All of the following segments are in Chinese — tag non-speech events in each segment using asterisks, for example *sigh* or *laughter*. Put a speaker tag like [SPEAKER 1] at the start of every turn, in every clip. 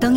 [SPEAKER 1] 当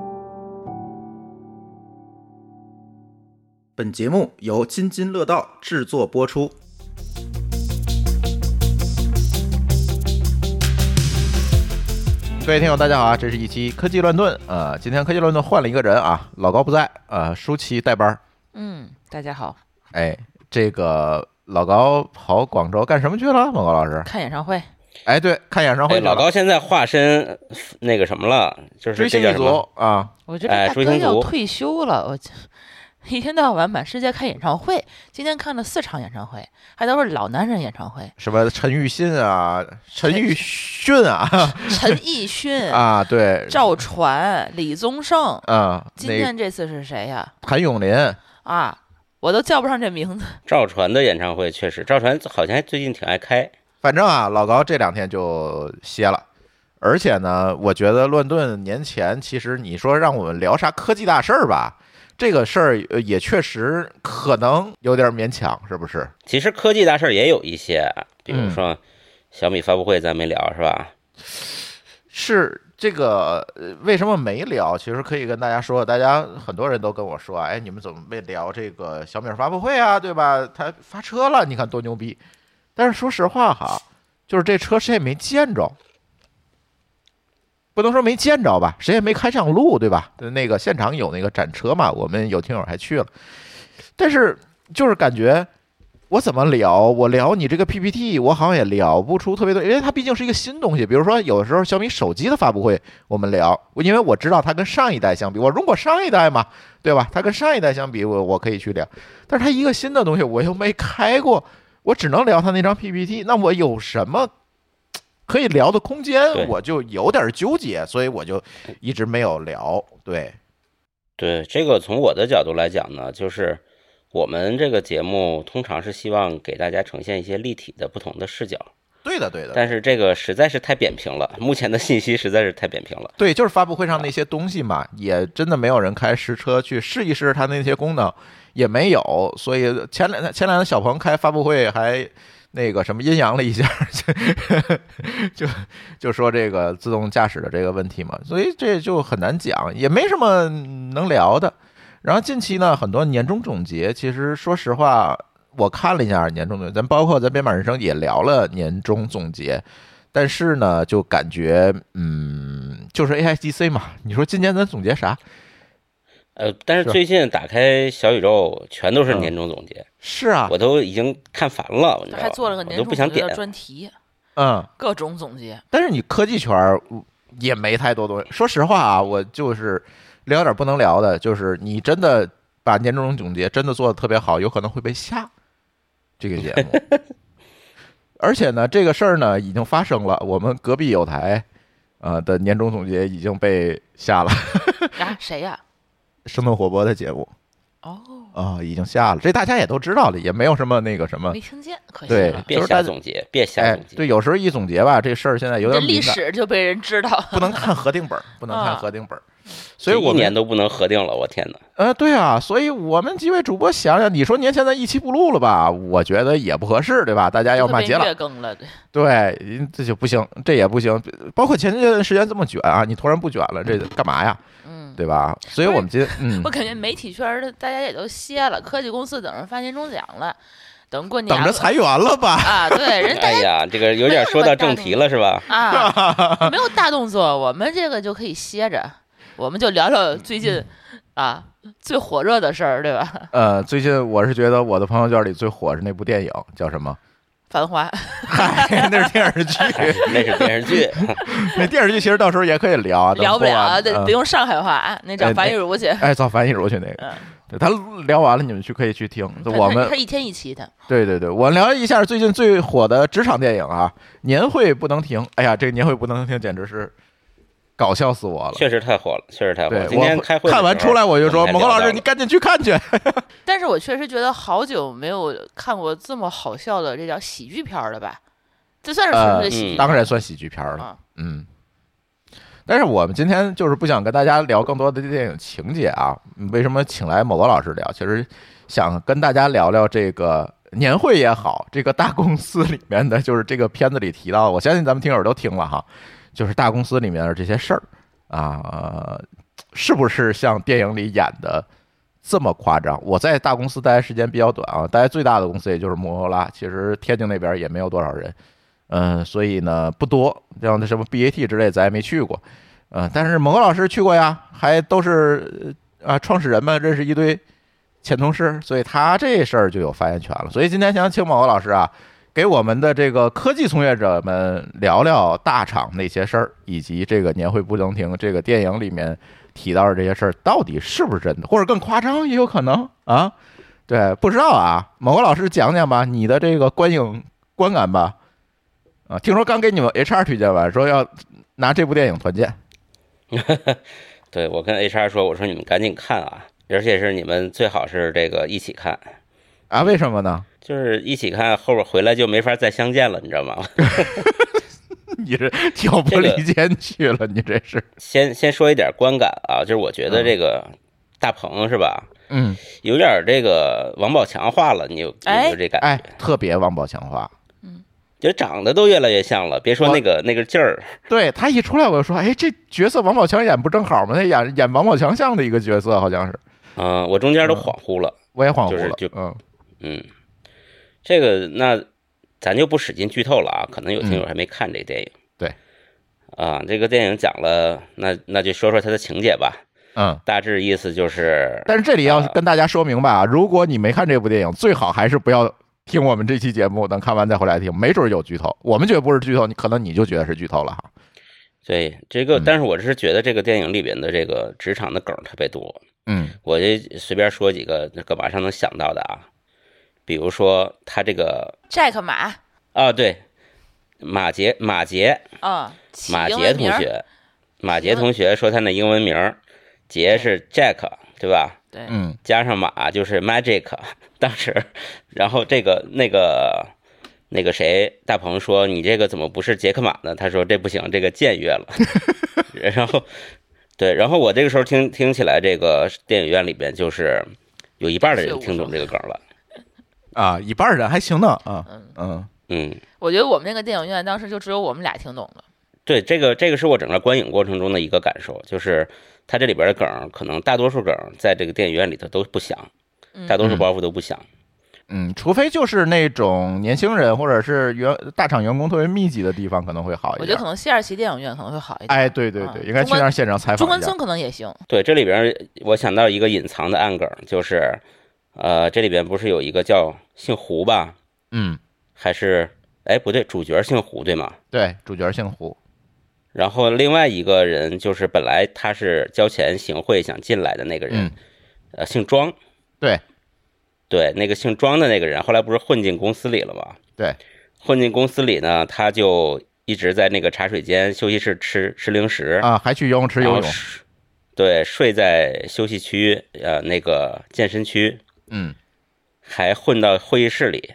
[SPEAKER 2] 本节目由津津乐道制作播出。
[SPEAKER 3] 各位听友，大家好啊！这是一期科技乱炖啊、呃今天科技乱炖换了一个人啊，老高不在啊、呃舒淇代班儿。
[SPEAKER 4] 嗯，大家好，
[SPEAKER 3] 哎，这个老高跑广州干什么去了？老高老师，
[SPEAKER 4] 看演唱会，
[SPEAKER 3] 哎，对，看演唱会
[SPEAKER 5] 哎，
[SPEAKER 3] 去了。
[SPEAKER 5] 老高现在化身呃那个什么了，就是
[SPEAKER 3] 追
[SPEAKER 5] 这
[SPEAKER 3] 星
[SPEAKER 5] 叫
[SPEAKER 3] 一
[SPEAKER 5] 什
[SPEAKER 3] 族
[SPEAKER 5] 么？
[SPEAKER 3] 啊，
[SPEAKER 4] 我觉得
[SPEAKER 5] 哎
[SPEAKER 4] 大
[SPEAKER 5] 追
[SPEAKER 4] 哥
[SPEAKER 5] 星
[SPEAKER 4] 要
[SPEAKER 5] 族
[SPEAKER 4] 退休了，我这 *laughs* 一天到晚满世界看演唱会，今天看了四场演唱会，还都是老男人演唱
[SPEAKER 5] *laughs*
[SPEAKER 4] 会，
[SPEAKER 3] 什么陈奕迅啊，陈
[SPEAKER 5] 哎
[SPEAKER 3] 奕迅啊
[SPEAKER 4] 陈奕迅、
[SPEAKER 3] 啊，对，
[SPEAKER 4] 赵传、李宗盛，
[SPEAKER 3] 啊，
[SPEAKER 4] 今
[SPEAKER 3] 那
[SPEAKER 4] 天这次是谁呀？
[SPEAKER 3] 谭咏麟
[SPEAKER 4] 啊，我都叫不上这名字。
[SPEAKER 5] 赵传的演唱会确实，赵传好像还最近挺爱开，
[SPEAKER 3] 反正啊，老高这两天就歇了。而且呢，我觉得乱炖年前，其实你说让我们聊啥科技大事儿吧，这个事儿呃也确实可能有点勉强，是不是？
[SPEAKER 5] 其实科技大事儿也有一些，啊比如
[SPEAKER 3] 嗯
[SPEAKER 5] 说小米发布会咱没聊是吧？
[SPEAKER 3] 是这个呃为什么没聊？其实可以跟大家说，大家很多人都跟我说，哎，你们怎么没聊这个小米发布会啊？对吧？它发车了，你看多牛逼！但是说实话哈，就是这车谁也没见着，不能说没见着吧，谁也没开上路，对吧？那个现场有那个展车嘛，我们有听友还去了，但是就是感觉。我怎么聊？我聊你这个 PPT，我好像也聊不出特别多，因为它毕竟是一个新东西。比如说，有的时候小米手机的发布会我们聊，因为我知道它跟上一代相比，我用过上一代嘛，对吧？它跟上一代相比，我我可以去聊。但是它一个新的东西，我又没开过，我只能聊它那张 PPT。那我有什么可以聊的空
[SPEAKER 5] 对
[SPEAKER 3] 间？我就有点纠结，所以我就一直没有聊。对，
[SPEAKER 5] 对，这个从我的角度来讲呢，就是我们这个节目通常是希望给大家呈现一些立体的不同的视角，
[SPEAKER 3] 对的，对的，
[SPEAKER 5] 但是这个实在是太扁平了，目前的信息实在是太扁平了。
[SPEAKER 3] 对，就是发布会上那些东西嘛，也真的没有人开实车去试一试它那些功能，也没有。所以前两前两天小鹏开发布会还那个什么阴阳了一下， *laughs* 就就就说这个自动驾驶的这个问题嘛，所以这就很难讲，也没什么能聊的。然后近期呢，很多年终总结，其实说实话，我看了一下年终总结，咱包括咱编码人生也聊了年终总结，但是呢，就感觉嗯，就是 AIGC 嘛，你说今年咱总结啥？
[SPEAKER 5] 呃，但是
[SPEAKER 3] 是嗯
[SPEAKER 5] 最近打开小宇宙，全都是年终总结，
[SPEAKER 3] 是啊，
[SPEAKER 5] 我都已经看烦了，你知道吧
[SPEAKER 4] 还做了个
[SPEAKER 5] 哎我
[SPEAKER 4] 年
[SPEAKER 5] 都
[SPEAKER 4] 终
[SPEAKER 5] 不
[SPEAKER 4] 总
[SPEAKER 5] 想
[SPEAKER 4] 结
[SPEAKER 5] 点
[SPEAKER 4] 的。专题，
[SPEAKER 3] 嗯，
[SPEAKER 4] 各种总结。
[SPEAKER 3] 但是你科技圈儿嗯也没太多东西。说实话啊，我就是聊点不能聊的，就是你真的把年终总结真的做的特别好，有可能会被下这个节 *laughs* 目。而且呢，这个事儿呢已经发生了，我们隔壁有台呃的年终总结已经被下了，
[SPEAKER 4] 呀，啊谁呀？
[SPEAKER 3] 生动活泼的节目
[SPEAKER 4] 哦，
[SPEAKER 3] 啊、已经下了，这大家也都知道了，也没有什么那个什么
[SPEAKER 5] 啊
[SPEAKER 4] 没。听见，可惜
[SPEAKER 3] 对
[SPEAKER 4] 了。
[SPEAKER 5] 嗯别
[SPEAKER 3] 就是大
[SPEAKER 5] 瞎
[SPEAKER 3] 家
[SPEAKER 5] 总结，别瞎
[SPEAKER 3] 哎
[SPEAKER 5] 总，结。
[SPEAKER 3] 对，有时候一总结吧，这事儿现在有
[SPEAKER 4] 这
[SPEAKER 3] 点敏
[SPEAKER 4] 历
[SPEAKER 3] 感
[SPEAKER 4] 史就被人知道，
[SPEAKER 3] 不能看核定本儿，不能看
[SPEAKER 4] 啊
[SPEAKER 3] 核定本儿。所以
[SPEAKER 5] 这
[SPEAKER 3] 我
[SPEAKER 5] 一
[SPEAKER 3] 们
[SPEAKER 5] 年都不能核定了，我天哪！
[SPEAKER 3] 呃，对啊，所以我们几位主播想想，你说年前咱一期不录了吧？我觉得也不合适，对吧？大
[SPEAKER 5] 哎
[SPEAKER 3] 家要
[SPEAKER 4] 就
[SPEAKER 3] 骂
[SPEAKER 4] 被
[SPEAKER 3] 街了
[SPEAKER 4] 月，更了，对
[SPEAKER 3] 对，嗯这就不行，这也不行。包括前段时间这么卷啊，你突然不卷了，这干嘛呀？
[SPEAKER 4] 嗯。
[SPEAKER 3] 对吧？所以我们
[SPEAKER 4] *laughs*
[SPEAKER 3] 今嗯
[SPEAKER 4] 我，感觉媒体圈儿的大家也都歇了，科技公司等着发年终奖了，等过年
[SPEAKER 3] 等着
[SPEAKER 4] 了
[SPEAKER 3] 裁员了吧？
[SPEAKER 4] 啊，对，人
[SPEAKER 5] 哎
[SPEAKER 4] 家
[SPEAKER 5] 呀，这个有点说到正题了是吧？
[SPEAKER 3] *laughs*
[SPEAKER 4] 啊没有大动作，我们这个就可以歇着，我们就聊聊最
[SPEAKER 3] 嗯
[SPEAKER 4] 近啊最火热的事儿，对吧？
[SPEAKER 3] 呃，最近我是觉得我的朋友圈里最火是那部电影，叫什么？ *laughs*
[SPEAKER 4] 繁花，
[SPEAKER 3] 嗨，那是电视剧，
[SPEAKER 5] *laughs* 那是电视剧，
[SPEAKER 3] 那电视剧其实到时候也可以聊啊，咱们
[SPEAKER 4] 聊不
[SPEAKER 3] 播
[SPEAKER 4] 了，
[SPEAKER 3] 完
[SPEAKER 4] 得
[SPEAKER 3] 嗯
[SPEAKER 4] 得用上海话啊，那
[SPEAKER 3] 哎
[SPEAKER 4] 找樊
[SPEAKER 3] 那
[SPEAKER 4] 玉茹 *laughs* 去。
[SPEAKER 3] 哎，造翻译如去那个
[SPEAKER 4] 嗯，
[SPEAKER 3] 对他聊完了，你们去可以去听。
[SPEAKER 4] 他
[SPEAKER 3] 我
[SPEAKER 4] 他 *laughs*
[SPEAKER 3] 们
[SPEAKER 4] 他一天一期的，
[SPEAKER 3] 对对对，我聊一下最近最火的职场电影啊，《年会不能停》。哎呀，这个《年会不能停》简直是搞笑死我了。
[SPEAKER 5] 确实太火了，确实太火
[SPEAKER 3] 对
[SPEAKER 5] 啊了。，今天
[SPEAKER 3] 我
[SPEAKER 5] 开会的
[SPEAKER 3] 看完
[SPEAKER 5] 时候
[SPEAKER 3] 出来我就说，
[SPEAKER 5] 们
[SPEAKER 3] 某
[SPEAKER 5] 还
[SPEAKER 3] 个
[SPEAKER 5] 聊
[SPEAKER 3] 老师，
[SPEAKER 5] 到了
[SPEAKER 3] 你赶紧去看去。
[SPEAKER 4] 但是我确实觉得好久没有看过这么好笑的，这叫喜剧片儿了吧？这算是纯粹的喜
[SPEAKER 5] 嗯
[SPEAKER 4] 剧
[SPEAKER 3] 当然算喜剧片了，
[SPEAKER 4] 啊。
[SPEAKER 3] 嗯。但是我们今天就是不想跟大家聊更多的电影情节啊，为什么请来某个老师聊？其实想跟大家聊聊这个年会也好，这个大公司里面的，就是这个片子里提到，我相信咱们听友都听了哈，就是大公司里面的这些事儿啊、呃是不是像电影里演的这么夸张？我在大公司待的时间比较短啊，待最大的公司也就是摩托罗拉，其实天津那边也没有多少人，嗯、所以呢不多，像那什么 BAT 之类咱也没去过，嗯、但是蒙哥老师去过呀，还都是呃啊创始人们认识一堆前同事，所以他这事儿就有发言权了。所以今天想请蒙哥老师啊。给我们的这个科技从业者们聊聊大厂那些事儿，以及这个年会不能停这个电影里面提到的这些事儿到底是不是真的，或者更夸张也有可能啊？对，不知道啊，某个老师讲讲吧，你的这个观影观感吧。啊，听说刚给你们 HR 推荐完，说要拿这部电影团建。
[SPEAKER 5] *laughs* 对我跟 HR 说，我说你们赶紧看啊，而且是你们最好是这个一起看，
[SPEAKER 3] 啊，为什么呢？
[SPEAKER 5] 就是一起看，后边回来就没法再相见了，你知道吗？
[SPEAKER 3] *laughs*
[SPEAKER 5] *laughs*
[SPEAKER 3] 你这挑拨离间去了，你这是，
[SPEAKER 5] 先先说一点观感啊，就是我觉得这个大鹏是吧，
[SPEAKER 3] 嗯，
[SPEAKER 5] 有点这个王宝强化了，你有你有没有这感
[SPEAKER 3] 哎
[SPEAKER 5] 觉？，
[SPEAKER 3] 特别王宝强化。
[SPEAKER 5] 就长得都越来越像了，别说那个那个劲儿，
[SPEAKER 3] 对他一出来，我就说，哎，这角色王宝强演不正好吗？他演演王宝强像的一个角色，好像是，
[SPEAKER 5] 嗯、我中间都恍惚了，
[SPEAKER 3] 我也恍惚
[SPEAKER 5] 就是
[SPEAKER 3] 了。
[SPEAKER 5] 就
[SPEAKER 3] 嗯，
[SPEAKER 5] 嗯，这个那咱就不使劲剧透了啊，可能有听友还没看这电影，
[SPEAKER 3] 嗯对，
[SPEAKER 5] 啊，这个电影讲了，那那就说说它的情节吧，
[SPEAKER 3] 嗯，
[SPEAKER 5] 大致意思就是，
[SPEAKER 3] 但是这里要跟大家说明白啊，如果你没看这部电影，最好还是不要听我们这期节目，等看完再回来听，没准有剧透。我们觉得不是剧透，你可能你就觉得是剧透了哈。
[SPEAKER 5] 对这个，
[SPEAKER 3] 嗯
[SPEAKER 5] 但是我是觉得这个电影里边的这个职场的梗儿特别多，
[SPEAKER 3] 嗯
[SPEAKER 5] 我就随便说几个，那个马上能想到的啊，比如说他这个
[SPEAKER 4] Jack 马
[SPEAKER 5] 啊，对，马杰马杰
[SPEAKER 4] 啊，起
[SPEAKER 5] 马
[SPEAKER 4] 英
[SPEAKER 5] 杰
[SPEAKER 4] 文
[SPEAKER 5] 同
[SPEAKER 4] 名儿，
[SPEAKER 5] 学，马杰同学说他那英文名儿，杰是 Jack 对吧？
[SPEAKER 4] 对，
[SPEAKER 3] 嗯，
[SPEAKER 5] 加上马就是 Magic，当 *laughs* 时，然后这个那个那个谁，大鹏说你这个怎么不是杰克马呢？他说这不行，这个僭越
[SPEAKER 4] *laughs*
[SPEAKER 5] 了。然后，对，然后我这个时候听听起来，这个电影院里边就是有一半的人听懂这个梗了。
[SPEAKER 3] 啊，一半人还行呢啊，嗯
[SPEAKER 5] 嗯，
[SPEAKER 4] 我觉得我们那个电影院当时就只有我们俩听懂了，
[SPEAKER 5] 对，这个这个是我整个观影过程中的一个感受，就是它这里边的梗儿，可能大多数梗儿在这个电影院里头都不响，
[SPEAKER 4] 嗯
[SPEAKER 5] 大多数包袱都不响。
[SPEAKER 3] 嗯，除非就是那种年轻人或者是员大厂员工特别密集的地方可能会好一
[SPEAKER 4] 我觉得
[SPEAKER 3] 点
[SPEAKER 4] 可。能西二旗电影院可能会好一点，
[SPEAKER 3] 哎，对对对，
[SPEAKER 4] 嗯
[SPEAKER 3] 应该去那儿现场采
[SPEAKER 4] 中
[SPEAKER 3] 访
[SPEAKER 4] 关
[SPEAKER 3] 一下
[SPEAKER 4] 村。可能也行，
[SPEAKER 5] 对，这里边儿我想到一个隐藏的暗梗儿，就是，呃，这里边不是有一个叫姓胡吧，
[SPEAKER 3] 嗯，
[SPEAKER 5] 还是哎不对，主角姓胡对吗？
[SPEAKER 3] 对，主角姓胡。
[SPEAKER 5] 然后另外一个人就是本来他是交钱行贿想进来的那个人，
[SPEAKER 3] 嗯，
[SPEAKER 5] 呃，姓庄，
[SPEAKER 3] 对
[SPEAKER 5] 对，那个姓庄的那个人后来不是混进公司里了吗？
[SPEAKER 3] 对，
[SPEAKER 5] 混进公司里呢，他就一直在那个茶水间、休息室吃吃零食，
[SPEAKER 3] 啊，还去游泳池
[SPEAKER 5] 然
[SPEAKER 3] 游
[SPEAKER 5] 后
[SPEAKER 3] 泳。
[SPEAKER 5] 睡对，睡在休息区，呃，那个健身区，
[SPEAKER 3] 嗯，
[SPEAKER 5] 还混到会议室里。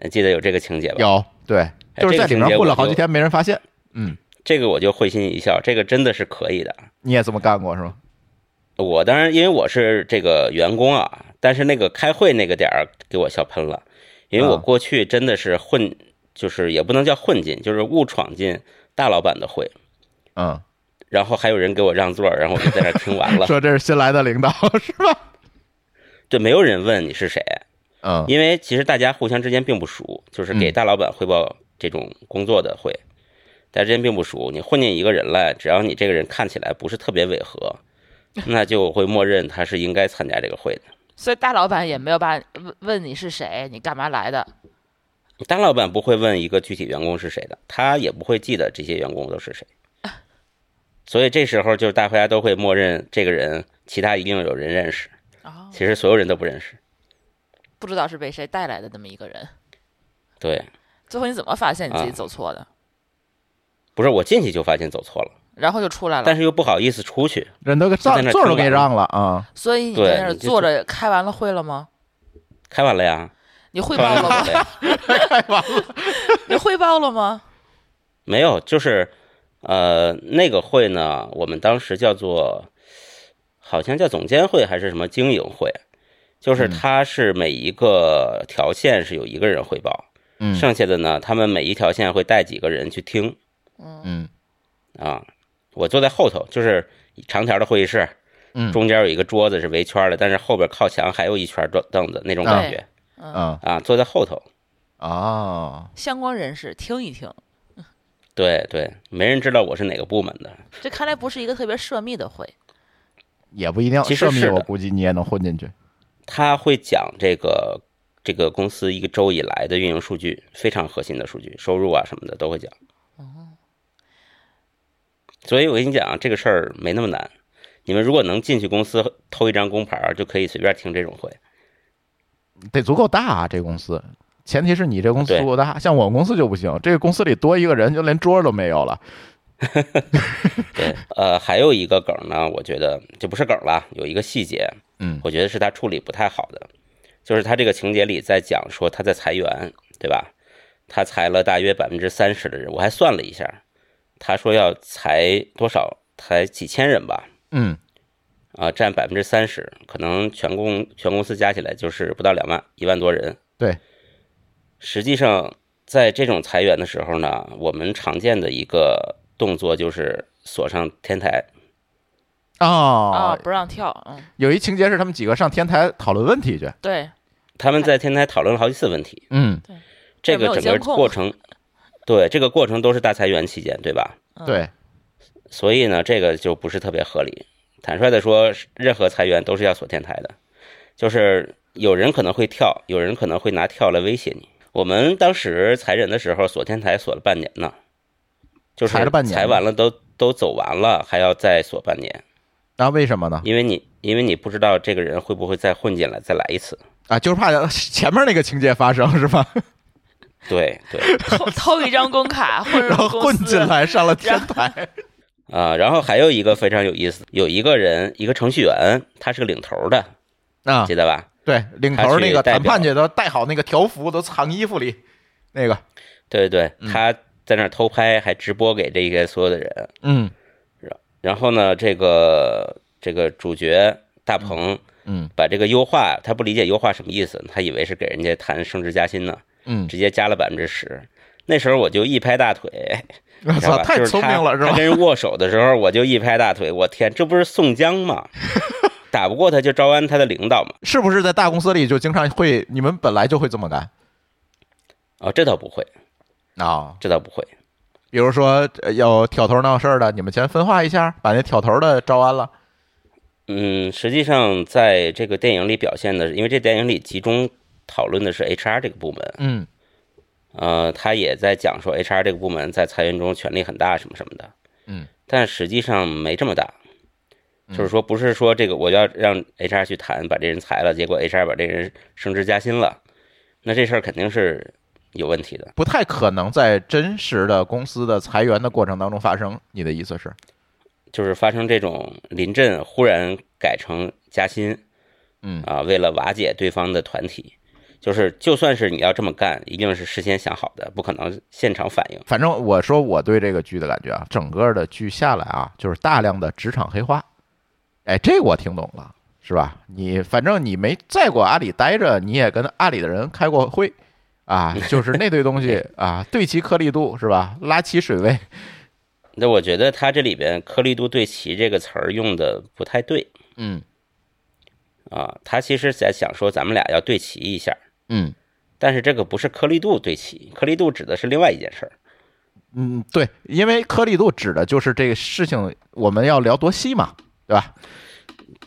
[SPEAKER 5] 呃记得有这个情节吧？
[SPEAKER 3] 有对，
[SPEAKER 5] 哎
[SPEAKER 3] 就是
[SPEAKER 5] 这
[SPEAKER 3] 在
[SPEAKER 5] 个
[SPEAKER 3] 里
[SPEAKER 5] 情节
[SPEAKER 3] 面
[SPEAKER 5] 我
[SPEAKER 3] 混了
[SPEAKER 5] 就
[SPEAKER 3] 好几天没人发现。嗯
[SPEAKER 5] 这个我就会心一笑，这个真的是可以的。
[SPEAKER 3] 你也这么干过是吗？
[SPEAKER 5] 我当然因为我是这个员工啊，但是那个开会那个点儿给我笑喷了，因为我
[SPEAKER 3] 啊
[SPEAKER 5] 过去真的是混，就是也不能叫混进，就是误闯进大老板的会，
[SPEAKER 3] 嗯，
[SPEAKER 5] 然后还有人给我让座儿，然后我就在那儿听完了，
[SPEAKER 3] 说这 *laughs* 是新来的领导是
[SPEAKER 5] *laughs*
[SPEAKER 3] 吧？
[SPEAKER 5] 对，没有人问你是谁，
[SPEAKER 3] 嗯
[SPEAKER 5] 因为其实大家互相之间并不熟，就是给
[SPEAKER 3] 嗯
[SPEAKER 5] 大老板汇报这种工作的会，大家之间并不熟。你混进一个人来，只要你这个人看起来不是特别违
[SPEAKER 3] *laughs*
[SPEAKER 5] 和，那就会默认他是应该参加这个会的。
[SPEAKER 4] 所以大老板也没有把问问你是谁，你干嘛来的，
[SPEAKER 5] 大老板不会问一个具体员工是谁的，他也不会记得这些员工都
[SPEAKER 3] *laughs*
[SPEAKER 5] 是谁，所以这时候就是大家都会默认这个人，其他一定有人认识，
[SPEAKER 4] 哦，
[SPEAKER 5] 其实所有人都不认识。
[SPEAKER 4] 不知道是被谁带来的那么一个人。
[SPEAKER 5] 对，
[SPEAKER 4] 最后你怎么发现你自己
[SPEAKER 5] 啊
[SPEAKER 4] 走错的？
[SPEAKER 5] 不是我进去就发现走错了，
[SPEAKER 4] 然后就出来了
[SPEAKER 5] 但。是又不好意思出去，
[SPEAKER 3] 人都给
[SPEAKER 5] 就
[SPEAKER 3] 座
[SPEAKER 5] 在那儿
[SPEAKER 3] 座儿都
[SPEAKER 5] 听
[SPEAKER 3] 给你
[SPEAKER 5] 完
[SPEAKER 3] 让了啊、
[SPEAKER 4] 所以你
[SPEAKER 5] 对
[SPEAKER 4] 在那儿
[SPEAKER 5] 你就
[SPEAKER 4] 坐着，开完了会了吗？
[SPEAKER 5] 开完了呀，
[SPEAKER 4] 你汇
[SPEAKER 5] 开
[SPEAKER 4] 报
[SPEAKER 5] 完
[SPEAKER 4] 了
[SPEAKER 5] *laughs*
[SPEAKER 4] 吗
[SPEAKER 5] 了？呀。
[SPEAKER 4] 你汇报了吗？
[SPEAKER 5] 没有，就是呃，那个会呢，我们当时叫做好像叫总监会还是什么经营会，就是它是每一个条线是有一个人汇报，
[SPEAKER 3] 嗯
[SPEAKER 5] 剩下的呢，他们每一条线会带几个人去听
[SPEAKER 3] 嗯
[SPEAKER 5] 啊。我坐在后头，就是长条的会议室，
[SPEAKER 3] 嗯
[SPEAKER 5] 中间有一个桌子是围圈的，但是后边靠墙还有一圈桌凳子那种感觉
[SPEAKER 3] 嗯
[SPEAKER 5] 啊，坐在后头。
[SPEAKER 3] 哦，
[SPEAKER 4] 相关人士听一听，
[SPEAKER 5] 对对，没人知道我是哪个部门的，
[SPEAKER 4] 这看来不是一个特别涉密的会。
[SPEAKER 3] 也不一定，
[SPEAKER 5] 其实
[SPEAKER 3] 涉密
[SPEAKER 5] 是
[SPEAKER 3] 我
[SPEAKER 5] 的
[SPEAKER 3] 估计你也能混进去。
[SPEAKER 5] 他会讲这个这个公司一个周以来的运营数据，非常核心的数据，收入啊什么的都会讲。所以我跟你讲，啊这个事儿没那么难。你们如果能进去公司偷一张工牌儿，就可以随便听这种会。
[SPEAKER 3] 得足够大、啊，这公司。前提是你这公司
[SPEAKER 5] 对
[SPEAKER 3] 足够大，像我们公司就不行，这个公司里多一个人就连桌儿都没有了。
[SPEAKER 5] 对，呃，还有一个梗呢，我觉得就不是梗了，有一个细节，
[SPEAKER 3] 嗯
[SPEAKER 5] 我觉得是他处理不太好的，就是他这个情节里在讲说他在裁员，对吧？他裁了大约百分之三十的人，我还算了一下，他说要裁多少？裁几千人吧，
[SPEAKER 3] 嗯
[SPEAKER 5] 啊、占百分之三十，可能全公全公司加起来就是不到两万一万多人。
[SPEAKER 3] 对，
[SPEAKER 5] 实际上在这种裁员的时候呢，我们常见的一个动作就是锁上天台。
[SPEAKER 4] 啊，
[SPEAKER 3] 哦，
[SPEAKER 4] 不让跳，嗯，
[SPEAKER 3] 有一情节是他们几个上天台讨论问题去。
[SPEAKER 4] 对，
[SPEAKER 5] 他们在天台讨论了好几次问题，
[SPEAKER 3] 嗯，
[SPEAKER 5] 这
[SPEAKER 4] 没有
[SPEAKER 5] 个整
[SPEAKER 4] 监
[SPEAKER 5] 个
[SPEAKER 4] 控
[SPEAKER 5] 过程，对这个过程都是大裁员期间，对吧？
[SPEAKER 4] 嗯，
[SPEAKER 3] 对，
[SPEAKER 5] 所以呢，这个就不是特别合理。坦率的说，任何裁员都是要锁天台的，就是有人可能会跳，有人可能会拿跳来威胁你。我们当时裁人的时候，锁天台锁了半年呢，就是
[SPEAKER 3] 裁了半年
[SPEAKER 5] 裁完了都都走完了，还要再锁半年，
[SPEAKER 3] 然啊后为什么呢？
[SPEAKER 5] 因为你因为你不知道这个人会不会再混进来，再来一次。
[SPEAKER 3] 啊，就是怕前面那个情节发生是
[SPEAKER 5] *laughs*
[SPEAKER 3] 吧？
[SPEAKER 5] 对对，
[SPEAKER 4] 偷偷一张工卡混
[SPEAKER 3] *laughs* 然
[SPEAKER 4] 入
[SPEAKER 3] 后
[SPEAKER 4] 公
[SPEAKER 3] 混
[SPEAKER 4] 司
[SPEAKER 3] 进，来上了天台。
[SPEAKER 5] 啊、然后还有一个非常有意思，有一个人，一个程序员，他是个领头的，
[SPEAKER 3] *laughs* 啊
[SPEAKER 5] 记，得吧？
[SPEAKER 3] 对，领头
[SPEAKER 5] 他
[SPEAKER 3] 儿
[SPEAKER 5] 去
[SPEAKER 3] 那个
[SPEAKER 5] 代
[SPEAKER 3] 谈
[SPEAKER 5] 表
[SPEAKER 3] 判去都带好那个条幅，都藏衣服里。那个，
[SPEAKER 5] 对对
[SPEAKER 3] 嗯
[SPEAKER 5] 对，他在那儿偷拍，还直播给这些所有的人。
[SPEAKER 3] 嗯
[SPEAKER 5] 然后呢，这个这个主角大鹏
[SPEAKER 3] 嗯
[SPEAKER 5] 把这个优化，他不理解优化什么意思，他以为是给人家谈升职加薪呢，
[SPEAKER 3] 嗯，
[SPEAKER 5] 直接加了百分之十。那时候我就一拍大
[SPEAKER 3] *laughs*
[SPEAKER 5] 腿，
[SPEAKER 3] 我
[SPEAKER 5] 你知道
[SPEAKER 3] 操，
[SPEAKER 5] 吧
[SPEAKER 3] 太
[SPEAKER 5] 就是
[SPEAKER 3] 聪
[SPEAKER 5] 他
[SPEAKER 3] 明了是
[SPEAKER 5] 他
[SPEAKER 3] 吧？
[SPEAKER 5] 跟人握手的时候，我就一拍大腿，我天，这不是宋江
[SPEAKER 3] *laughs*
[SPEAKER 5] 吗？打不过他就招安他的领导嘛？
[SPEAKER 3] 是不是在大公司里就经常会，你们本来就会这么干
[SPEAKER 5] 哦，这倒不会，
[SPEAKER 3] 啊？
[SPEAKER 5] 这倒不会。
[SPEAKER 3] 比如说呃有挑头闹事儿的，你们先分化一下，把那挑头的招安了。
[SPEAKER 5] 嗯，实际上在这个电影里表现的是，因为这电影里集中讨论的是 HR 这个部门，
[SPEAKER 3] 嗯
[SPEAKER 5] 呃，他也在讲说 HR 这个部门在裁员中权力很大什么什么的，
[SPEAKER 3] 嗯，
[SPEAKER 5] 但实际上没这么大，就是说不是说这个我要让 HR 去谈把这人裁了，结果 HR 把这人升职加薪了，那这事儿肯定是有问题的，
[SPEAKER 3] 不太可能在真实的公司的裁员的过程当中发生。你的意思是？
[SPEAKER 5] 就是发生这种临阵忽然改成加薪
[SPEAKER 3] 嗯
[SPEAKER 5] 啊，为了瓦解对方的团体。就是就算是你要这么干，一定是事先想好的，不可能现场反应。
[SPEAKER 3] 反正我说我对这个剧的感觉啊，整个的剧下来啊，就是大量的职场黑化。哎，这我听懂了，是吧？你反正你没在过阿里待着，你也跟阿里的人开过会啊，就是那堆东 *laughs* 西啊，对齐颗粒度是吧？拉齐水位，
[SPEAKER 5] 那我觉得他这里边“颗粒度对齐”这个词儿用的不太对
[SPEAKER 3] 嗯
[SPEAKER 5] 啊，他其实在想说咱们俩要对齐一下，
[SPEAKER 3] 嗯
[SPEAKER 5] 但是这个不是颗粒度对齐，颗粒度指的是另外一件事儿。
[SPEAKER 3] 嗯，对，因为颗粒度指的就是这个事情我们要聊多细嘛，对吧？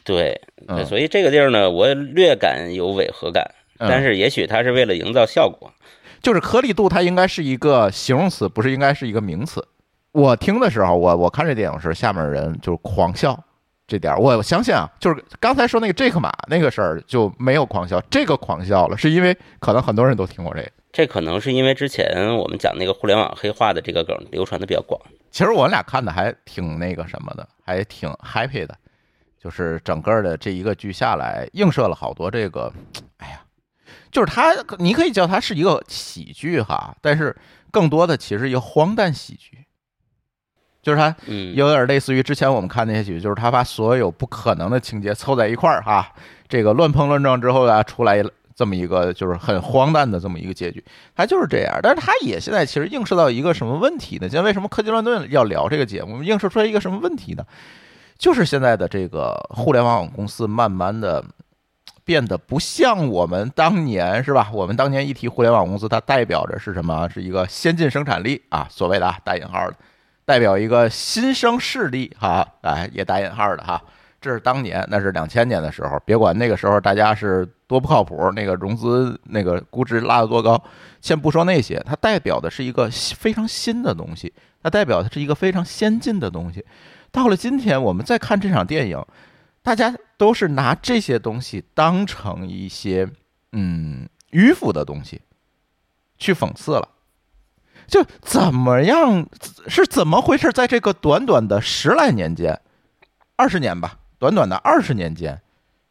[SPEAKER 5] 对，
[SPEAKER 3] 嗯
[SPEAKER 5] 所以这个地儿呢，我略感有违和感，
[SPEAKER 3] 嗯
[SPEAKER 5] 但是也许他是为了营造效果。
[SPEAKER 3] 就是颗粒度，它应该是一个形容词，不是应该是一个名词。我听的时候，我我看这电影时，下面人就是狂笑，这点儿我相信啊，就是刚才说那个 Jack 马那个事儿就没有狂笑，这个狂笑了，是因为可能很多人都听过这个。
[SPEAKER 5] 这可能是因为之前我们讲那个互联网黑化的这个梗流传的比较广。
[SPEAKER 3] 其实我们俩看的还挺那个什么的，还挺 happy 的，就是整个的这一个剧下来，映射了好多这个，哎呀，就是它，你可以叫它是一个喜剧哈，但是更多的其实一个荒诞喜剧，就是它
[SPEAKER 5] 嗯，
[SPEAKER 3] 有点类似于之前我们看那些喜剧，就是他把所有不可能的情节凑在一块儿哈、这个乱碰乱撞之后啊，出来这么一个就是很荒诞的这么一个结局，它就是这样。但是它也现在其实映射到一个什么问题呢？现在为什么科技乱炖要聊这个节目？映射出来一个什么问题呢？就是现在的这个互联网公司慢慢的变得不像我们当年是吧？我们当年一提互联网公司，它代表着是什么？是一个先进生产力啊，所谓的啊打引号的。代表一个新生势力哈，哎，也打引号的哈。这是当年，那是两千年的时候，别管那个时候大家是多不靠谱，那个融资那个估值拉得多高，先不说那些，它代表的是一个非常新的东西，它代表的是一个非常先进的东西。到了今天，我们再看这场电影，大家都是拿这些东西当成一些嗯迂腐的东西去讽刺了。就怎么样是怎么回事？在这个短短的十来年间，二十年吧，短短的二十年间，